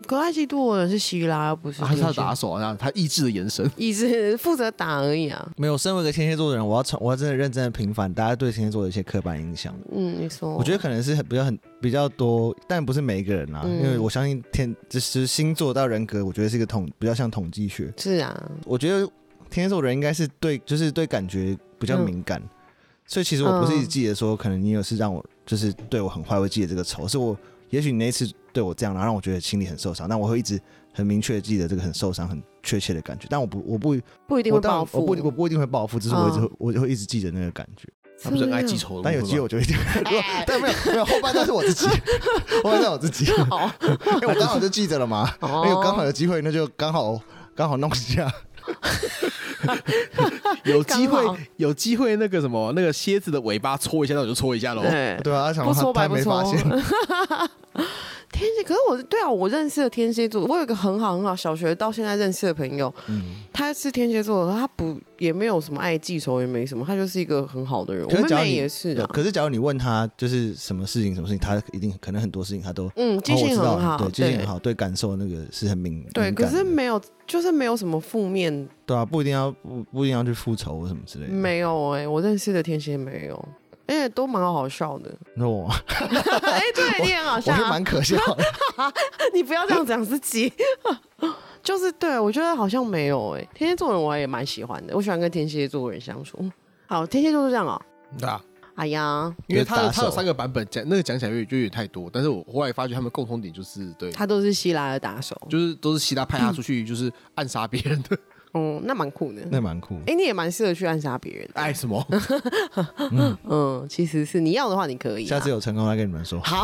Speaker 3: 可爱嫉妒我的人是希拉，又不是
Speaker 2: 啊他是他的
Speaker 3: 天蝎
Speaker 2: 打，手啊，然后他意志的眼神。
Speaker 3: 一直负责打而已啊。
Speaker 1: 没有，身为一个天蝎座的人，我要从我要真的认真的平反大家对天蝎座的一些刻板印象。
Speaker 3: 嗯，你说，
Speaker 1: 我觉得可能是很比较很比较多，但不是每一个人啊，
Speaker 3: 嗯
Speaker 1: 因为我相信天就是星座到人格，我觉得是一个统比较像统计学。
Speaker 3: 是啊，
Speaker 1: 我觉得天蝎座人应该是对，就是对感觉比
Speaker 3: 嗯
Speaker 1: 较敏感，所以其实我不是一直记得说，可能你有事让我就是对我很坏，会记得这个仇，是我也许你那一次对我这样，然后让我觉得心里很受伤，但我会一直很明确地记得这个很受伤、很确切的感觉。但我不，我不，
Speaker 3: 不一定
Speaker 1: 我
Speaker 3: 会
Speaker 1: 当
Speaker 3: 报
Speaker 1: 然
Speaker 3: 复，嗯
Speaker 1: 我不，我不一定会报复，只是我一直会，我就会一直记得那个感觉。
Speaker 2: 他不是很爱记仇的，哦
Speaker 1: 但有机会我 就会记得，如果但没有没有后半段是我自己，后半段我自己， 因
Speaker 3: 好，
Speaker 1: 为我刚好就记着了嘛，
Speaker 3: 哦
Speaker 1: 因为刚好有机会，那就刚好刚好弄一下。
Speaker 2: 有机
Speaker 3: 刚好
Speaker 2: 会有机会那个什么那个蝎子的尾巴戳一下，那我就戳一下喽。
Speaker 3: 对，
Speaker 1: 对啊，他想
Speaker 3: 不
Speaker 1: 他
Speaker 3: 搓白
Speaker 1: 他
Speaker 3: 不
Speaker 1: 没
Speaker 3: 搓
Speaker 1: 发现，。
Speaker 3: 天蝎，可是我对啊，我认识的天蝎座，我有一个很好很好，小学到现在认识的朋友，
Speaker 1: 嗯，
Speaker 3: 他是天蝎座，他不也没有什么爱记仇，也没什么，他就是一个很好的人。
Speaker 1: 可
Speaker 3: 我
Speaker 1: 是
Speaker 3: 妹
Speaker 1: 假如
Speaker 3: 妹
Speaker 1: 你
Speaker 3: 也是
Speaker 1: 对
Speaker 3: 啊，
Speaker 1: 可是假如你问他就是什么事情什么事情，他一定可能很多事情他都
Speaker 3: 嗯，记
Speaker 1: 哦
Speaker 3: 性
Speaker 1: 我
Speaker 3: 很
Speaker 1: 知道
Speaker 3: 好，
Speaker 1: 对，记性很
Speaker 3: 好，
Speaker 1: 好，对感受那个是很敏
Speaker 3: 对，
Speaker 1: 敏
Speaker 3: 可
Speaker 1: 感
Speaker 3: 是
Speaker 1: 的
Speaker 3: 没有，就是没有什么负面，
Speaker 1: 对啊，不一定要不不一定要去复仇或什么之类的。
Speaker 3: 没有哎、我认识的天蝎没有。而且都蛮好笑的，
Speaker 1: 那我
Speaker 3: 哎、对，你很好
Speaker 1: 我
Speaker 3: 笑、
Speaker 1: 是
Speaker 3: 啊
Speaker 1: 蛮，可笑 的，
Speaker 3: 你不要这样讲自己， 就是对我觉得好像没有哎、天蝎座人我也蛮喜欢的，我喜欢跟天蝎座人相处。好，天蝎座就这样哦、
Speaker 2: 对啊，
Speaker 3: 哎呀，
Speaker 2: 因为他
Speaker 1: 就是
Speaker 2: 的
Speaker 1: 打手
Speaker 2: 他有三个版本，讲那个讲起来有点有点太多，但是我后来发觉他们共同点就是对，
Speaker 3: 他都是希拉的打手，
Speaker 2: 就是都是希拉派他出去就是暗杀别人的，
Speaker 3: 嗯，那蛮酷的。
Speaker 1: 那蛮酷的。
Speaker 3: 哎、你也蛮适合去暗杀别人的。
Speaker 2: 爱什么？
Speaker 3: 嗯，其实是你要的话，你可以、啊。
Speaker 1: 下次有成功再跟你们说。
Speaker 3: 好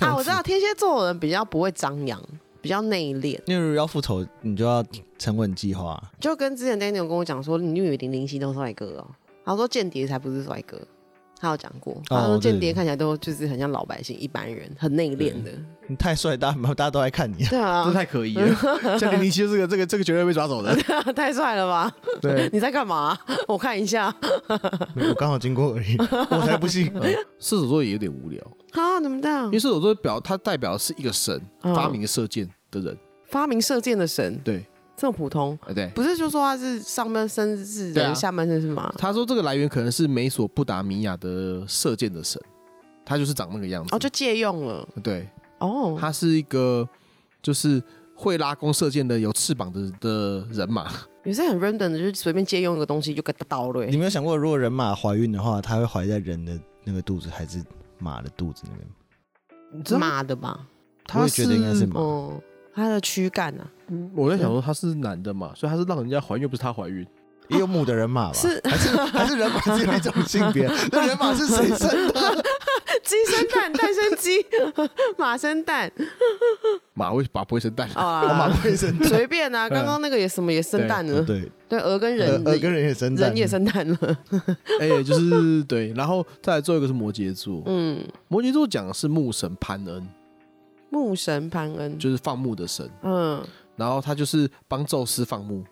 Speaker 3: 啊，我知道天蝎座的人比较不会张扬，比较内敛，
Speaker 1: 因为如果要复仇，你就要沉稳计划啊。
Speaker 3: 就跟之前 Daniel 跟我讲说，你以为零零七都帅哥哦、他说间谍才不是帅哥，他有讲过，他说
Speaker 1: 对
Speaker 3: 间谍看起来都就是很像老百姓一般人，很内敛的。
Speaker 1: 你太帅，大家大家都爱看你啊。
Speaker 3: 对啊
Speaker 2: 这，太可疑 了，像零零七这个这个这个绝对会被抓走的。
Speaker 3: 太帅了吧？
Speaker 1: 对，
Speaker 3: 你在干嘛？我看一下
Speaker 1: 我刚好经过 而已，我才不信。
Speaker 3: 嗯
Speaker 2: 射手座也有点无聊，
Speaker 3: 啊，怎么这样
Speaker 2: 因为？射手座表它代表的是一个神
Speaker 3: 嗯
Speaker 2: 发明射箭的人，
Speaker 3: 发明射箭的神
Speaker 2: 嗯对，
Speaker 3: 这么普通，
Speaker 2: 呃对。
Speaker 3: 不是就说他是上半身是
Speaker 2: 对
Speaker 3: 人，
Speaker 2: 啊
Speaker 3: 下半身是马？
Speaker 2: 他说这个来源可能是美索不达米亚的射箭的神，他就是长那个样子。
Speaker 3: 哦，就借用了
Speaker 2: 对，
Speaker 3: 哦。
Speaker 2: 他是一个就是会拉弓射箭的有翅膀的的人马，
Speaker 3: 有些很 random 的，就是随便借用一个东西就给它倒了
Speaker 1: 你。没有想过，如果人马怀孕的话，它会怀在人的那个肚子，还是马的肚子那边？
Speaker 2: 你知道吗？
Speaker 3: 骂的吧？
Speaker 1: 我
Speaker 2: 他
Speaker 1: 也觉得应该是马。
Speaker 3: 嗯，他的躯干 啊，
Speaker 2: 我在想说他是男的嘛，所以他是让人家怀孕，又不是他怀孕。
Speaker 1: 也有母的人马吧？
Speaker 3: 哦是
Speaker 1: 还是还是人马只有一种性 别？那人马是谁生的？
Speaker 3: 鸡生蛋，蛋生鸡， 马生蛋
Speaker 2: 马会马不会生蛋，
Speaker 1: 哦马
Speaker 3: 啊
Speaker 1: 不，会生的。
Speaker 3: 随便啊。刚刚那个也什么也生蛋了，
Speaker 1: 对，
Speaker 3: 对，鹅跟哦人
Speaker 1: 呃，呃，跟人也生蛋
Speaker 3: 人，也生蛋了，
Speaker 2: 哎、就是对，然后再来最后一个是摩羯座，
Speaker 3: 嗯。
Speaker 2: 摩羯座讲的是木神潘恩，
Speaker 3: 木神潘恩，
Speaker 2: 就是放牧的神，
Speaker 3: 嗯，
Speaker 2: 然后他就是帮宙斯放牧，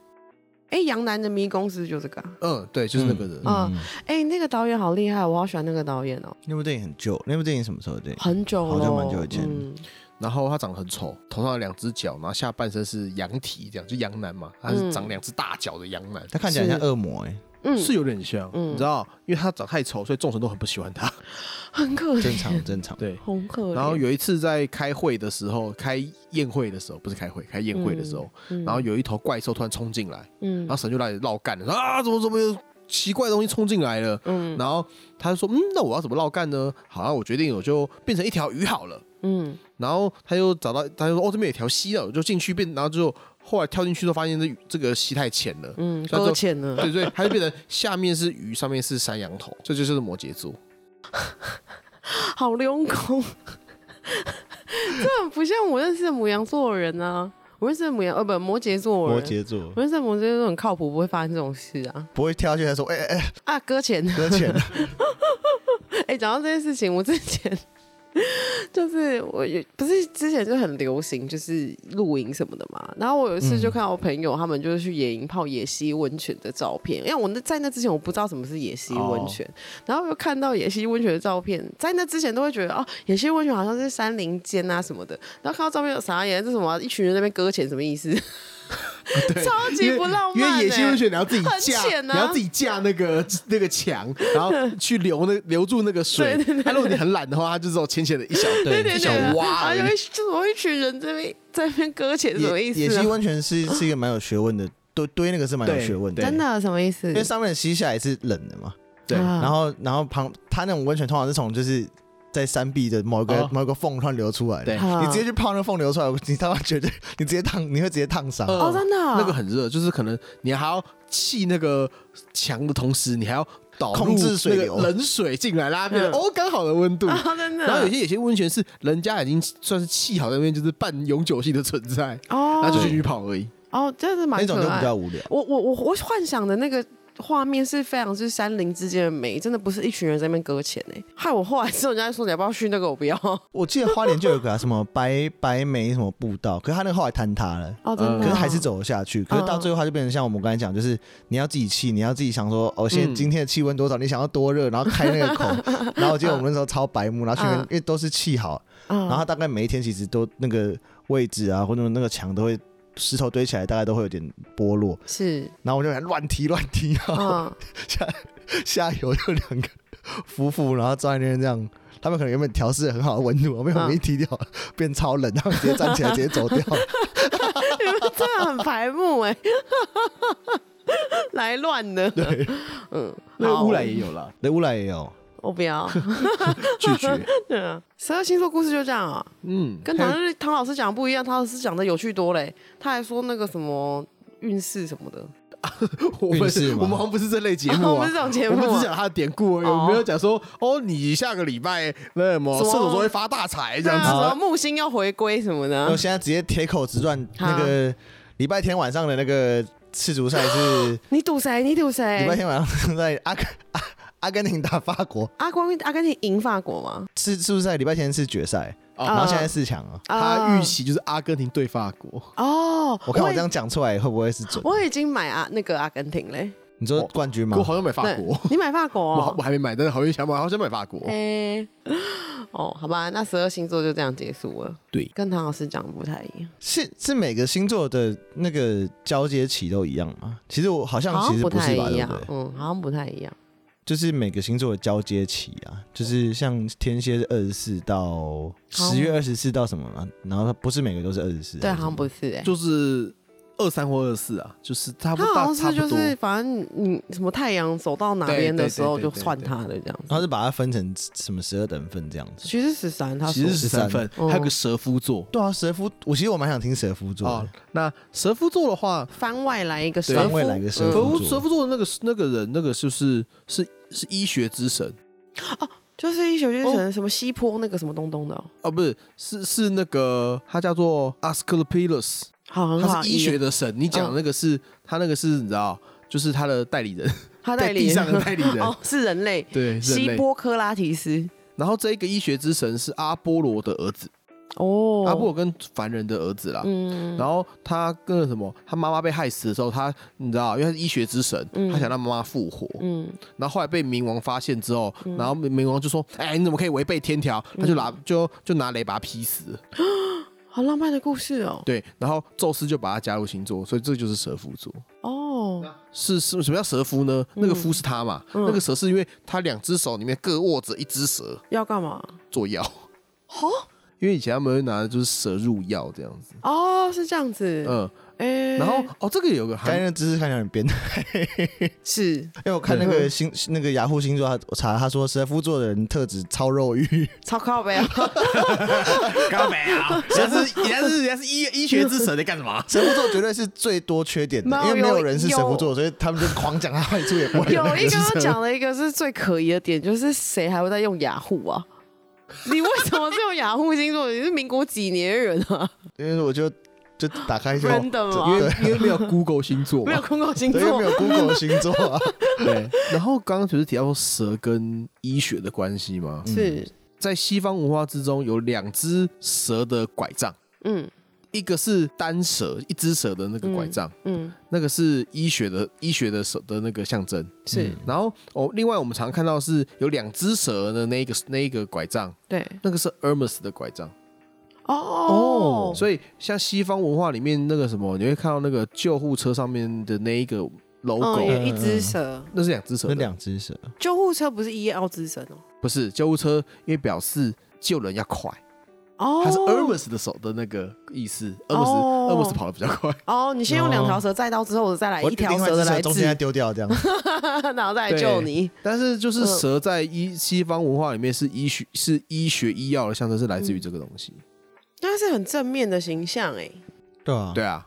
Speaker 3: 哎，杨楠的迷宫是不是就这个、啊？
Speaker 2: 嗯，对，就是那个人，
Speaker 3: 嗯
Speaker 1: 嗯，
Speaker 3: 哎，那个导演好厉害，我好喜欢那个导演哦，
Speaker 1: 那部电影很旧，那部电影什么时候的电影？
Speaker 3: 很久了，哦
Speaker 1: 好久蛮久以前
Speaker 3: 嗯
Speaker 2: 然后他长得很丑，头上有两只脚，然后下半身是羊蹄，这样就羊男嘛，他是长两只大脚的羊男，
Speaker 1: 它看起来
Speaker 3: 是
Speaker 1: 像恶魔哎，
Speaker 3: 嗯，
Speaker 2: 是有点像，
Speaker 3: 嗯
Speaker 2: 你知道，因为他长太丑，所以众神都很不喜欢他。
Speaker 3: 很可
Speaker 1: 正
Speaker 3: 怜，
Speaker 1: 常正常。
Speaker 2: 对，
Speaker 3: 很可怜。
Speaker 2: 然后有一次在开会的时候，开宴会的时候，不是开会，开宴会的时候，
Speaker 3: 嗯，
Speaker 2: 然后有一头怪兽突然冲进来，
Speaker 3: 嗯
Speaker 2: 然后神就来绕干了，说啊，怎么怎么有奇怪的东西冲进来了？
Speaker 3: 嗯
Speaker 2: 然后他就说，嗯，那我要怎么绕干呢？好，啊那我决定我就变成一条鱼好了。
Speaker 3: 嗯，
Speaker 2: 然后他又找到，他就说哦，这边有条溪了，我就进去变，然后就后来跳进去之后，发现这鱼这个溪太浅了，
Speaker 3: 嗯，
Speaker 2: 叫做
Speaker 3: 搁浅了。
Speaker 2: 对，所以他就变成下面是鱼，上面是山羊头，这就是摩羯座。
Speaker 3: 好溜空， 这很不像我认识的母羊座的人啊。我认识的母羊呃不摩羯座的
Speaker 1: 摩
Speaker 3: 人，
Speaker 1: 羯座
Speaker 3: 我认识的摩羯座很靠谱，不会发生这种事啊
Speaker 1: 不会跳下去，他说：“哎哎哎，
Speaker 3: 啊！搁浅，
Speaker 1: 搁 浅。
Speaker 3: 哎、讲到这件事情，我之前就是我也不是之前就很流行就是露营什么的嘛，然后我有一次
Speaker 1: 嗯
Speaker 3: 就看到我朋友他们就是去野营泡野溪温泉的照片，因为我那在那之前我不知道什么是野溪
Speaker 1: 哦
Speaker 3: 温泉，然后我又看到野溪温泉的照片，在那之前都会觉得哦，野溪温泉好像是山林间啊什么的，然后看到照片有啥呀？这什么啊、一群人在那边搁浅什么意思？ 超级不浪
Speaker 2: 因
Speaker 3: 漫、
Speaker 2: 为
Speaker 3: 欸，
Speaker 2: 野溪温泉你要自己
Speaker 3: 很
Speaker 2: 架，
Speaker 3: 浅啊
Speaker 2: 你要自己架那个那个墙，然后去留那留住那个水。
Speaker 3: 对对对
Speaker 2: 他如果你很懒的话，他就只有浅浅的一 小
Speaker 1: 对
Speaker 2: 一
Speaker 3: 对
Speaker 2: 小
Speaker 3: 对，
Speaker 2: 洼
Speaker 3: 啊，
Speaker 2: 而已
Speaker 3: 有一就我一群人这边在那边搁浅什么意
Speaker 1: 野
Speaker 3: 思、啊？
Speaker 1: 野溪温泉是是一个蛮有学问的，堆堆那个是蛮有
Speaker 2: 对
Speaker 1: 学问的，
Speaker 2: 对
Speaker 3: 真的啊什么意思
Speaker 1: 因？为上面的溪下来是冷的嘛，
Speaker 2: 对，
Speaker 3: 啊
Speaker 1: 然后然后旁它那种温泉通常是从就是在山壁的某一个、
Speaker 2: 哦
Speaker 1: 某一个缝突然流出来了，
Speaker 2: 对
Speaker 3: 啊嗯
Speaker 1: 你直接去泡那个缝流出来， 你他妈绝对你直接烫，你会直接烫伤。
Speaker 2: 呃
Speaker 3: 哦，真的啊
Speaker 2: 那个很热，就是可能你还要气那个墙的同时，你还要导入
Speaker 1: 控制水
Speaker 2: 那个
Speaker 1: 流
Speaker 2: 冷水进来，拉变成
Speaker 3: 嗯
Speaker 2: 哦刚好的温度。
Speaker 3: 啊，真的。
Speaker 2: 然后有些有些温泉是人家已经算是砌好在那边，就是半永久性的存在，
Speaker 3: 哦，
Speaker 2: 然后就进去泡而已。
Speaker 3: 哦，真的是蛮
Speaker 1: 那种
Speaker 3: 可
Speaker 1: 就
Speaker 3: 爱
Speaker 1: 比较无聊。
Speaker 3: 我我我我幻想的那个画面是非常是山林之间的美，真的不是一群人在那边搁浅哎、害我后来之后人家说你要不要去那个，我不要。
Speaker 1: 我记得花莲就有个、啊、什么白白梅什么步道，可是它那个后来坍塌了。
Speaker 3: 哦，真的、
Speaker 2: 嗯
Speaker 1: 可是还是。走得下去，可是到最后它就变成像我们刚才讲，就是你要自己气，你要自己想说，哦，现在
Speaker 2: 嗯
Speaker 1: 今天的气温多少，你想要多热，然后开那个 口，然后我记得我们那时候超白目，然后去那边
Speaker 3: 嗯
Speaker 1: 因为都是气好，
Speaker 3: 嗯
Speaker 1: 然后它大概每一天其实都那个位置啊，或者那个墙都会石头堆起来，大概都会有点剥落，
Speaker 3: 是，
Speaker 1: 然后我就想乱踢 乱踢，啊然后
Speaker 2: 哦
Speaker 3: 嗯，
Speaker 1: 下 下游就两个夫妇，然后站在那边这样。他们可能原本调试得很好的温度，没有我
Speaker 3: 嗯
Speaker 1: 们一踢掉，变超冷，他们直接站起来，直接走掉。
Speaker 3: 你们真的很排目哎、 来乱的。对，嗯，
Speaker 2: 那个
Speaker 3: 好
Speaker 2: 乌来也，有啦，
Speaker 1: 雷乌来也有，
Speaker 3: 我不要。
Speaker 2: 拒 绝。
Speaker 3: 对啊，十二星座故事就这样啊，
Speaker 2: 嗯，
Speaker 3: 跟唐日唐老师讲的不一样，唐老师讲的有趣多嘞。他还说那个什么运势什么的，
Speaker 2: 我们
Speaker 1: 运势吗
Speaker 2: 我们好像不是这类节目
Speaker 3: 我们
Speaker 2: 啊
Speaker 3: 是。这种节
Speaker 2: 我
Speaker 3: 目
Speaker 2: 们只
Speaker 3: 啊。
Speaker 2: 讲他的典故而已，
Speaker 3: 哦
Speaker 2: 我没有讲说哦，你下个礼拜那什么
Speaker 3: 什么
Speaker 2: 射手座会发大财这
Speaker 3: 对
Speaker 2: 样
Speaker 3: 啊，
Speaker 2: 子
Speaker 3: 什么
Speaker 1: 好
Speaker 3: 木星要回归什么的啊
Speaker 1: 然后，现在直接铁口直断，
Speaker 3: 好
Speaker 1: 那个礼拜天晚上的那个世足赛是
Speaker 3: 你赌谁？你赌
Speaker 1: 礼拜
Speaker 3: 谁？
Speaker 1: 天晚上在阿根阿阿根廷打法国，
Speaker 3: 阿光阿根廷赢法国吗？
Speaker 1: 世世足赛礼拜天是决赛，
Speaker 2: 哦
Speaker 1: 然后现在四强啊了。
Speaker 2: 他预期就是阿根廷对法国，
Speaker 3: 啊哦，
Speaker 1: 我看我
Speaker 3: 已
Speaker 1: 这样讲出来会不会是准？
Speaker 3: 我已经买啊那个阿根廷嘞，
Speaker 1: 你说冠军吗
Speaker 2: 我？好像买法
Speaker 3: 对
Speaker 2: 国，
Speaker 3: 你买法国、
Speaker 2: 我好我
Speaker 3: 哦？
Speaker 2: 还没买，但是好像想买，好想买法国。
Speaker 3: 哎、哦，好吧，那十二星座就这样结束了。
Speaker 2: 对
Speaker 3: 跟唐老师讲的不太一样，
Speaker 1: 是是每个星座的那个交接期都一样吗？其实我好像
Speaker 3: 好
Speaker 1: 其
Speaker 3: 像
Speaker 1: 实
Speaker 3: 不
Speaker 1: 不
Speaker 3: 太
Speaker 1: 是吧，
Speaker 3: 一
Speaker 1: 对
Speaker 3: 样
Speaker 1: 不，对？
Speaker 3: 嗯，好像不太一样。
Speaker 1: 就是每个星座的交接期啊，就是像天蝎是二十四到
Speaker 3: 好
Speaker 1: 十月二十四到什么嘛，然后它不是每个都是二十四，
Speaker 3: 对，好像不是哎、
Speaker 2: 就是二三或二四啊，就是差不
Speaker 3: 他
Speaker 2: 多，
Speaker 3: 好像
Speaker 2: 差
Speaker 3: 是就
Speaker 2: 不多。
Speaker 3: 是，反正你你什么太阳走到哪边的时候
Speaker 2: 对对
Speaker 3: 就
Speaker 2: 对对对
Speaker 3: 算他的这样
Speaker 1: 然后
Speaker 3: 子。
Speaker 1: 是把它分成什么十二等份这样子。
Speaker 3: 其实十三，他
Speaker 2: 其
Speaker 3: 说
Speaker 2: 实十三份，
Speaker 3: 嗯
Speaker 2: 还有个蛇夫座
Speaker 1: 对啊，蛇夫，我其实我蛮想听蛇夫座
Speaker 2: 哦
Speaker 1: 的，。
Speaker 2: 那蛇夫座的话，
Speaker 3: 番外来一个
Speaker 2: 对
Speaker 3: 蛇
Speaker 1: 番外
Speaker 3: 夫
Speaker 1: 来一个
Speaker 2: 蛇
Speaker 1: 蛇
Speaker 2: 夫
Speaker 1: 夫座
Speaker 2: 蛇夫座的那个那个人，那个就是是是医学之神
Speaker 3: 就是一宿就是
Speaker 2: 哦
Speaker 3: 成什么西坡那个什么东东的哦、
Speaker 2: 哦，不是是是那个他叫做 Asclepius，
Speaker 3: 好，很
Speaker 2: 他
Speaker 3: 好，
Speaker 2: 是医学的神。你讲的那个是他那个是你知道，就是他的代理人，
Speaker 3: 他代
Speaker 2: 在
Speaker 3: 理
Speaker 2: 地
Speaker 3: 人
Speaker 2: 上的代理人
Speaker 3: 哦，，是人 类，
Speaker 2: 对，人
Speaker 3: 希
Speaker 2: 类。
Speaker 3: 波克拉提斯
Speaker 2: 然后这一个医学之神是阿波罗的儿子，
Speaker 3: 哦，
Speaker 2: 阿波罗跟凡人的儿子啦。
Speaker 3: 嗯，
Speaker 2: 然后他跟了什么？他妈妈被害死的时候，他你知道，因为他是医学之神，
Speaker 3: 嗯
Speaker 2: 他想让妈妈复活。
Speaker 3: 嗯
Speaker 2: 然后后来被冥王发现之后，然后冥冥王就说：“哎，你怎么可以违背天条？”
Speaker 3: 嗯
Speaker 2: 他就拿就就拿雷把他劈死。
Speaker 3: 好浪漫的故事哦，
Speaker 2: 对，然后宙斯就把他加入星座，所以这就是蛇夫座。
Speaker 3: 哦，
Speaker 2: 是是什么叫蛇夫呢？
Speaker 3: 嗯
Speaker 2: 那个夫是他嘛，那个蛇是因为他两只手里面各握着一只蛇
Speaker 3: 要干嘛？
Speaker 2: 做药，
Speaker 3: 哦
Speaker 2: 因为以前他们会拿就是蛇入药这样子。
Speaker 3: 哦，是这样子，
Speaker 2: 嗯，
Speaker 3: 哎，
Speaker 2: 然后哦，这个有个
Speaker 1: 刚才
Speaker 2: 韩
Speaker 1: 那个知识看起来很变态，
Speaker 3: 是
Speaker 1: 因为我看那个星那个雅虎星座，他我查他说蛇夫座的人特质超肉欲，
Speaker 3: 超靠背啊，
Speaker 2: 高美 啊，人家是人家是人家是医医学之神在干什么？
Speaker 1: 蛇夫座绝对是最多缺点的，
Speaker 3: 没有
Speaker 1: 因为没
Speaker 3: 有
Speaker 1: 有人是蛇夫座，所以他们就狂讲他坏处也不会
Speaker 3: 有
Speaker 1: 人
Speaker 3: 一
Speaker 1: 是
Speaker 3: 个
Speaker 1: 蛇夫
Speaker 3: 我讲了一个是最可疑的点，就是谁还会在用雅虎 啊？你为什么只有雅虎星座？你是民国几年人啊？
Speaker 1: 因为我就就打开就
Speaker 3: Random 啊
Speaker 2: 因为因为没有 Google 星座
Speaker 3: 没有
Speaker 2: 嘛。
Speaker 3: 空过星
Speaker 1: 对，因为
Speaker 3: 座
Speaker 1: 没，有 Google 星座 啊，
Speaker 2: 对。然后刚刚不是提到说蛇跟医学的关系吗？
Speaker 3: 是
Speaker 2: 在西方文化之中，有两只蛇的拐杖，
Speaker 3: 嗯
Speaker 2: 一个是单蛇，一只蛇的那个拐杖，
Speaker 3: 嗯
Speaker 2: 那个是医学的医学的蛇的那个象征。
Speaker 3: 是
Speaker 2: 然后哦，另外我们常看到是有两只蛇的那一个那一个拐杖，
Speaker 3: 对
Speaker 2: 那个是 Hermes 的拐杖。
Speaker 3: 哦
Speaker 2: 所以像西方文化里面那个什么，你会看到那个救护车上面的那一个 logo，、
Speaker 3: 嗯，有一
Speaker 1: 嗯嗯
Speaker 3: 只
Speaker 1: 嗯
Speaker 3: 蛇，
Speaker 2: 那是两只蛇
Speaker 1: 那
Speaker 2: 的，
Speaker 1: 两只蛇，
Speaker 3: 救护车不是医药之神哦。
Speaker 2: 不是救护车，因为表示救人要快，
Speaker 3: 哦，
Speaker 2: 它是 Hermes 的手的那个意思，Hermes Hermes 跑得比较 快，
Speaker 3: 哦，你先用两条蛇载到之后，我再来
Speaker 1: 我
Speaker 3: 哦一条
Speaker 1: 另外
Speaker 3: 蛇的
Speaker 1: 只
Speaker 3: 来
Speaker 1: 中间再
Speaker 3: 治，
Speaker 1: 丢掉 这样。
Speaker 3: 然后再来救你。嗯
Speaker 2: 但是就是蛇在医西方文化里面是医学是医学医药的象征，是来自于这个东西。
Speaker 3: 那是很正面的形象哎。
Speaker 1: 对啊，
Speaker 2: 对啊，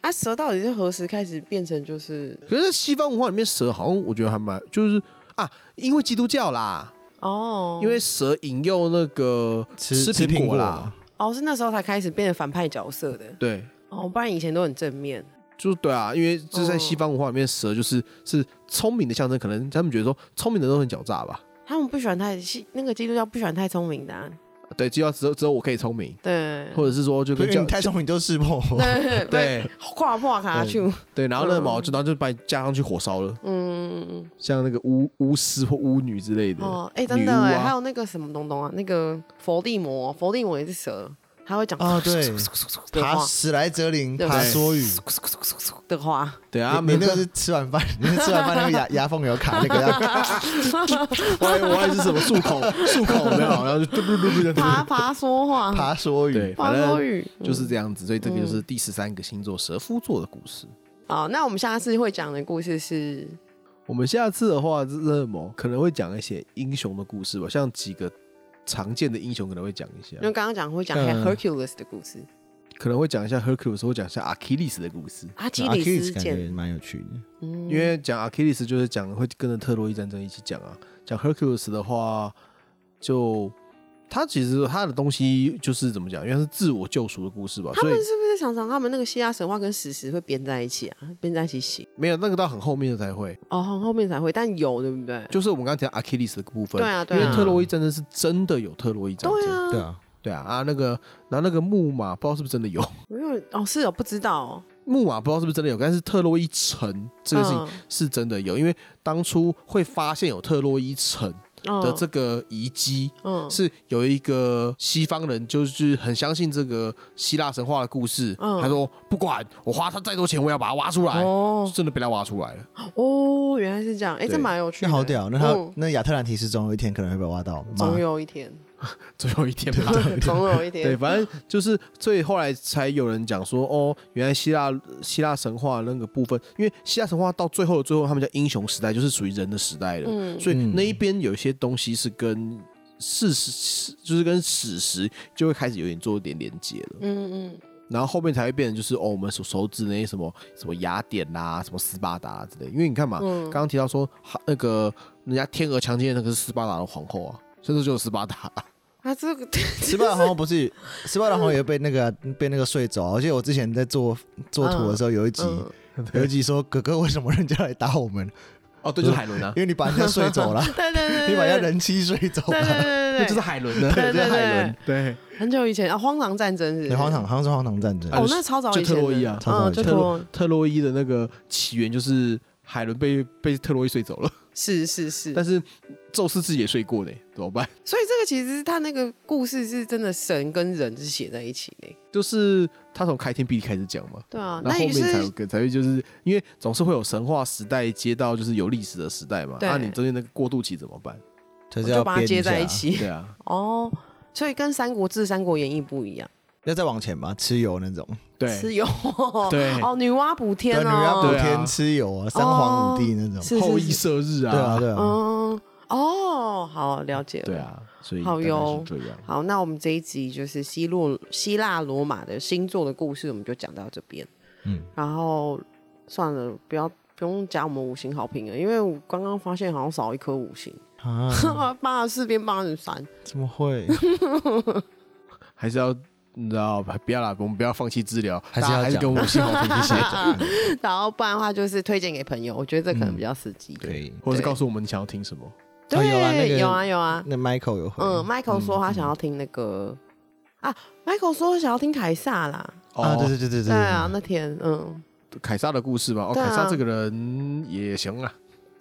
Speaker 3: 啊，蛇到底是何时开始变成就是
Speaker 2: 可是西方文化里面蛇好像我觉得还蛮就是啊，因为基督教啦，
Speaker 3: 哦？
Speaker 2: 因为蛇引诱那个
Speaker 1: 吃吃
Speaker 2: 苹
Speaker 1: 苹果
Speaker 2: 啦，
Speaker 3: 哦是那时候才开始变成反派角色的
Speaker 2: 对，
Speaker 3: 哦，不然以前都很正面。
Speaker 2: 就对啊，因为就是在
Speaker 3: 哦
Speaker 2: 西方文化里面，蛇就是是聪明的象征，可能他们觉得说聪明的都很狡诈吧。
Speaker 3: 他们不喜欢太西那个基督教不喜欢太聪明的、啊，
Speaker 2: 对，只要只有只有我可以聪明，
Speaker 3: 对
Speaker 2: 或者是说就
Speaker 1: 所
Speaker 2: 跟
Speaker 1: 以
Speaker 2: 教
Speaker 1: 你太聪明就识破我。
Speaker 3: 对
Speaker 2: 对
Speaker 3: 跨破卡丘，
Speaker 2: 对，然后那个毛就然后就把你加上去火烧了，
Speaker 3: 嗯，
Speaker 2: 像那个巫巫师或巫女之类的。
Speaker 3: 哦，哎、
Speaker 2: 嗯女
Speaker 3: 真
Speaker 2: 巫
Speaker 3: 的哎、还
Speaker 2: 啊，
Speaker 3: 有那个什么东东啊，那个伏地魔，伏地魔也是蛇，他会讲
Speaker 2: 哦
Speaker 1: 啊，对，
Speaker 3: 的
Speaker 1: 爬
Speaker 3: 话
Speaker 1: 史莱哲林，
Speaker 3: 对
Speaker 1: 爬梭鱼。
Speaker 3: 的话，
Speaker 2: 对啊，
Speaker 1: 你
Speaker 2: 没
Speaker 1: 你
Speaker 2: 有
Speaker 1: 那个是吃完饭， 你是吃完饭那个 牙牙缝有卡那个要，
Speaker 2: 我还 我还是什么漱口漱口没有，然后就嘟嘟嘟嘟嘟
Speaker 3: 爬爬 说话，
Speaker 1: 爬梭
Speaker 2: 对，
Speaker 1: 鱼。
Speaker 3: 爬
Speaker 2: 反
Speaker 3: 说
Speaker 2: 正
Speaker 3: 语
Speaker 2: 就是这样子。所以这个
Speaker 3: 嗯
Speaker 2: 就是第十三个星座蛇夫座的故事。
Speaker 3: 好，嗯哦那我们下次会讲的故事是，
Speaker 2: 我们下次的话，热某可能会讲一些英雄的故事吧，像几个常见的英雄可能会讲一下
Speaker 3: 因，为刚刚讲会讲
Speaker 1: 嗯
Speaker 3: Hercules 的故事，
Speaker 2: 可能会讲一下 Hercules，会讲一下 Achilles 的故事，
Speaker 3: 阿基里斯
Speaker 1: 啊感觉
Speaker 3: 剑，
Speaker 1: 蛮有趣的，
Speaker 3: 嗯
Speaker 2: 因为讲 Achilles 就是讲会跟着特洛伊战争一起讲啊，讲 Hercules 的话，就他其实他的东西就是怎么讲，因为它是自我救赎的故事吧，
Speaker 3: 他
Speaker 2: 所
Speaker 3: 们
Speaker 2: 以
Speaker 3: 是不是常常他们那个希腊神话跟史实会编在一起啊？编在一起写
Speaker 2: 没有那个到很后面才会，
Speaker 3: 哦，后面才会，但有对不对？
Speaker 2: 就是我们刚才讲 Achilles 的部分，
Speaker 3: 对啊，对
Speaker 2: 因为
Speaker 3: 啊，
Speaker 2: 特洛伊战争是真的有特洛伊战
Speaker 3: 对
Speaker 2: 争，
Speaker 3: 啊，
Speaker 1: 对啊，
Speaker 2: 对啊啊那个然后那个木马不知道是不是真的有。
Speaker 3: 没有哦，是哦，不知道哦，
Speaker 2: 木马不知道是不是真的有，但是特洛伊城这件事情
Speaker 3: 嗯
Speaker 2: 是真的有，因为当初会发现有特洛伊城的这个遗迹，
Speaker 3: 哦嗯
Speaker 2: 是有一个西方人就是很相信这个希腊神话的故事，
Speaker 3: 嗯
Speaker 2: 他说不管我花他再多钱，我要把它挖出来，
Speaker 3: 哦
Speaker 2: 就真的被他挖出来了。
Speaker 3: 哦，原来是这样，哎，
Speaker 2: 对
Speaker 3: 这蛮有趣
Speaker 1: 那
Speaker 3: 的，
Speaker 1: 好屌。那他
Speaker 3: 嗯
Speaker 1: 那亚特兰提斯总有一天可能会被挖到，妈
Speaker 3: 总有一 天，
Speaker 2: 最后一天吧，
Speaker 3: 总有 一
Speaker 2: 对，
Speaker 3: 天，
Speaker 2: 反正就是最后来才有人讲说，哦，原来希腊希腊神话那个部分，因为希腊神话到最后的最后，他们叫英雄时代，就是属于人的时代了，
Speaker 3: 嗯
Speaker 2: 所以那一边有一些东西是跟事实，就是跟史实就会开始有点做一点连接了，
Speaker 3: 嗯嗯，
Speaker 2: 然后后面才会变成就是哦，我们所熟知的那些什么什么雅典啦、什么斯巴达啦啊之类，因为你看嘛，刚刚提到说哈那个人家天鹅强奸的那个是斯巴达的皇后啊，甚至就是斯巴达。
Speaker 3: 他啊这个
Speaker 1: 斯巴达皇后不是斯巴达皇后也被那个被那个睡着啊，而且我之前在做做图的时候有一集，
Speaker 3: 嗯
Speaker 1: 有一集说哥哥为什么人家来打我们？
Speaker 2: 哦， 对，就是海伦啊
Speaker 1: 因，为你把人家睡走 了，
Speaker 3: 对对对，对
Speaker 1: 你把人家
Speaker 3: 对
Speaker 1: 人妻睡走
Speaker 3: 对对
Speaker 1: 了。
Speaker 3: 对
Speaker 2: 那
Speaker 3: 对
Speaker 2: 就是
Speaker 3: 对，
Speaker 2: 海伦的，
Speaker 3: 对对对
Speaker 2: 就是海伦，对，
Speaker 3: 很久以前啊，荒唐战争是不
Speaker 1: 对，
Speaker 3: 是
Speaker 1: 荒唐，好像是荒唐战争。
Speaker 3: 哦，那超早以前的，
Speaker 2: 就特洛伊啊
Speaker 1: 超早
Speaker 3: 嗯，
Speaker 1: 以
Speaker 3: 就
Speaker 1: 前
Speaker 3: 特
Speaker 2: 特
Speaker 3: 洛
Speaker 2: 洛特洛伊的那个起源就是海伦被被特洛伊睡走了，
Speaker 3: 是是是，
Speaker 2: 但是宙斯自己也睡过呢，怎么办？
Speaker 3: 所以这个其实他那个故事是真的神跟人是写在一起的，
Speaker 2: 就是他从开天辟地开始讲嘛，
Speaker 3: 对啊，
Speaker 2: 然
Speaker 3: 那
Speaker 2: 后后
Speaker 3: 也
Speaker 2: 面才有
Speaker 3: 是
Speaker 2: 个才会就是因为总是会有神话时代接到就是有历史的时代嘛，
Speaker 3: 对
Speaker 2: 那、你中间那个过渡期怎么 办？
Speaker 1: 他
Speaker 3: 我
Speaker 1: 是要
Speaker 3: 就把它
Speaker 1: 编
Speaker 3: 接
Speaker 1: 下
Speaker 3: 在一，起
Speaker 2: 对啊，
Speaker 3: 哦，所以跟《三国志》《三国演义》不一样。
Speaker 1: 要再往前吧，蚩尤那种，
Speaker 2: 对
Speaker 3: 蚩尤，
Speaker 2: 对
Speaker 3: 哦，女娲补天
Speaker 1: 对，
Speaker 3: 哦，
Speaker 1: 女娲补
Speaker 2: 对啊
Speaker 1: 天蚩尤啊，三皇五帝那种，
Speaker 3: 是
Speaker 2: 后羿
Speaker 3: 是是，
Speaker 2: 射日啊，
Speaker 1: 对啊，对啊，
Speaker 3: 嗯，哦，好了解了，
Speaker 2: 对。啊，所以
Speaker 3: 好
Speaker 2: 大概
Speaker 3: 哟
Speaker 2: 是这样。
Speaker 3: 好，那我们这一集就是希洛希腊罗马的星座的故事，我们就讲到这边。
Speaker 1: 嗯，
Speaker 3: 然后算了，不要不用加我们五星好评了，因为我刚刚发现好像少一颗五星，
Speaker 1: 啊，
Speaker 3: 八十四变八十三。
Speaker 1: 怎么 会？
Speaker 2: 还是要你知道，不要啦，我们不要放弃治疗，
Speaker 1: 还是
Speaker 2: 大家
Speaker 1: 要
Speaker 2: 还是
Speaker 1: 讲
Speaker 2: 跟五星好评一 起
Speaker 3: 然后不然的话就是推荐给朋友，我觉得这可能比较实际。
Speaker 1: 可以。
Speaker 2: 或者是
Speaker 3: 对
Speaker 2: 告诉我们你想要听什么。
Speaker 1: 嗯哦有啊那
Speaker 3: 对，
Speaker 1: 个
Speaker 3: 有啊有啊，
Speaker 1: 那 Michael 有回，
Speaker 3: 嗯，Michael 说他想要听那个、啊，Michael 说他想要听凯撒啦。
Speaker 1: 啊，对对对对
Speaker 3: 对啊，那天嗯
Speaker 2: 哦凯撒的故事吧。哦，
Speaker 3: 对啊
Speaker 2: 凯撒这个人也行啊，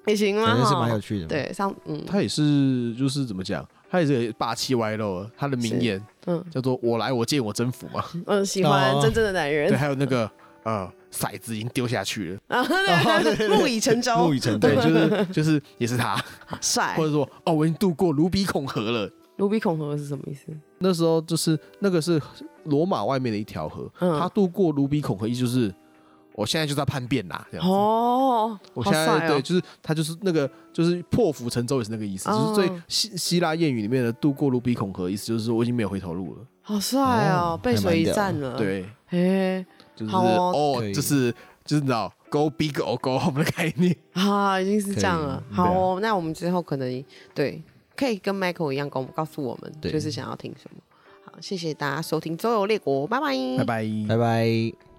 Speaker 3: 也行吗？
Speaker 1: 感觉是蛮
Speaker 3: 哈
Speaker 1: 有趣的。，
Speaker 3: 对，上嗯
Speaker 2: 他也是就是怎么讲，他也是霸气外露啊。他的名言
Speaker 3: 嗯
Speaker 2: 叫做“我来，我见，我征服”嘛。
Speaker 3: 嗯，喜欢
Speaker 1: 哦
Speaker 3: 真正的男人
Speaker 2: 对，还有那个呃，骰子已经丢下去了。
Speaker 3: 啊，对对对，木已成舟
Speaker 1: 木，已成舟
Speaker 2: 对，，就是就是也是他，
Speaker 3: 帅哎
Speaker 2: 或。者说哦，我已经度过卢比孔河了。
Speaker 3: 卢比孔河是什么意思？
Speaker 2: 那时候就是那个是罗马外面的一条河，
Speaker 3: 嗯
Speaker 2: 他渡过卢比孔河，意思就是我现在就在叛变啦，这样子。
Speaker 3: 哦，
Speaker 2: 我
Speaker 3: 好
Speaker 2: 现在、
Speaker 3: 帅
Speaker 2: 对，
Speaker 3: 哦，
Speaker 2: 就是他就是那个就是破釜沉舟也是那个意思，就是最
Speaker 3: 哦
Speaker 2: 希希腊谚语里面的渡过卢比孔河，意思就是说我已经没有回头路了。
Speaker 3: 好帅哦
Speaker 1: 哦，
Speaker 3: 背水一
Speaker 1: 还蛮屌的
Speaker 3: 战了。，
Speaker 2: 对，
Speaker 3: 哎，
Speaker 2: 就是
Speaker 3: 好嗯哦
Speaker 2: 哦
Speaker 1: 可以
Speaker 2: 就是就是你知道 go big or go home 的概念。
Speaker 3: 啊，已经是这样了。
Speaker 1: 可以
Speaker 3: 好哦，那我们之后可能对可以跟 Michael 一样告告诉我们，
Speaker 1: 对
Speaker 3: 就是想要听什么。好，谢谢大家收听《周游列国》，拜拜，
Speaker 2: 拜。
Speaker 1: 拜拜。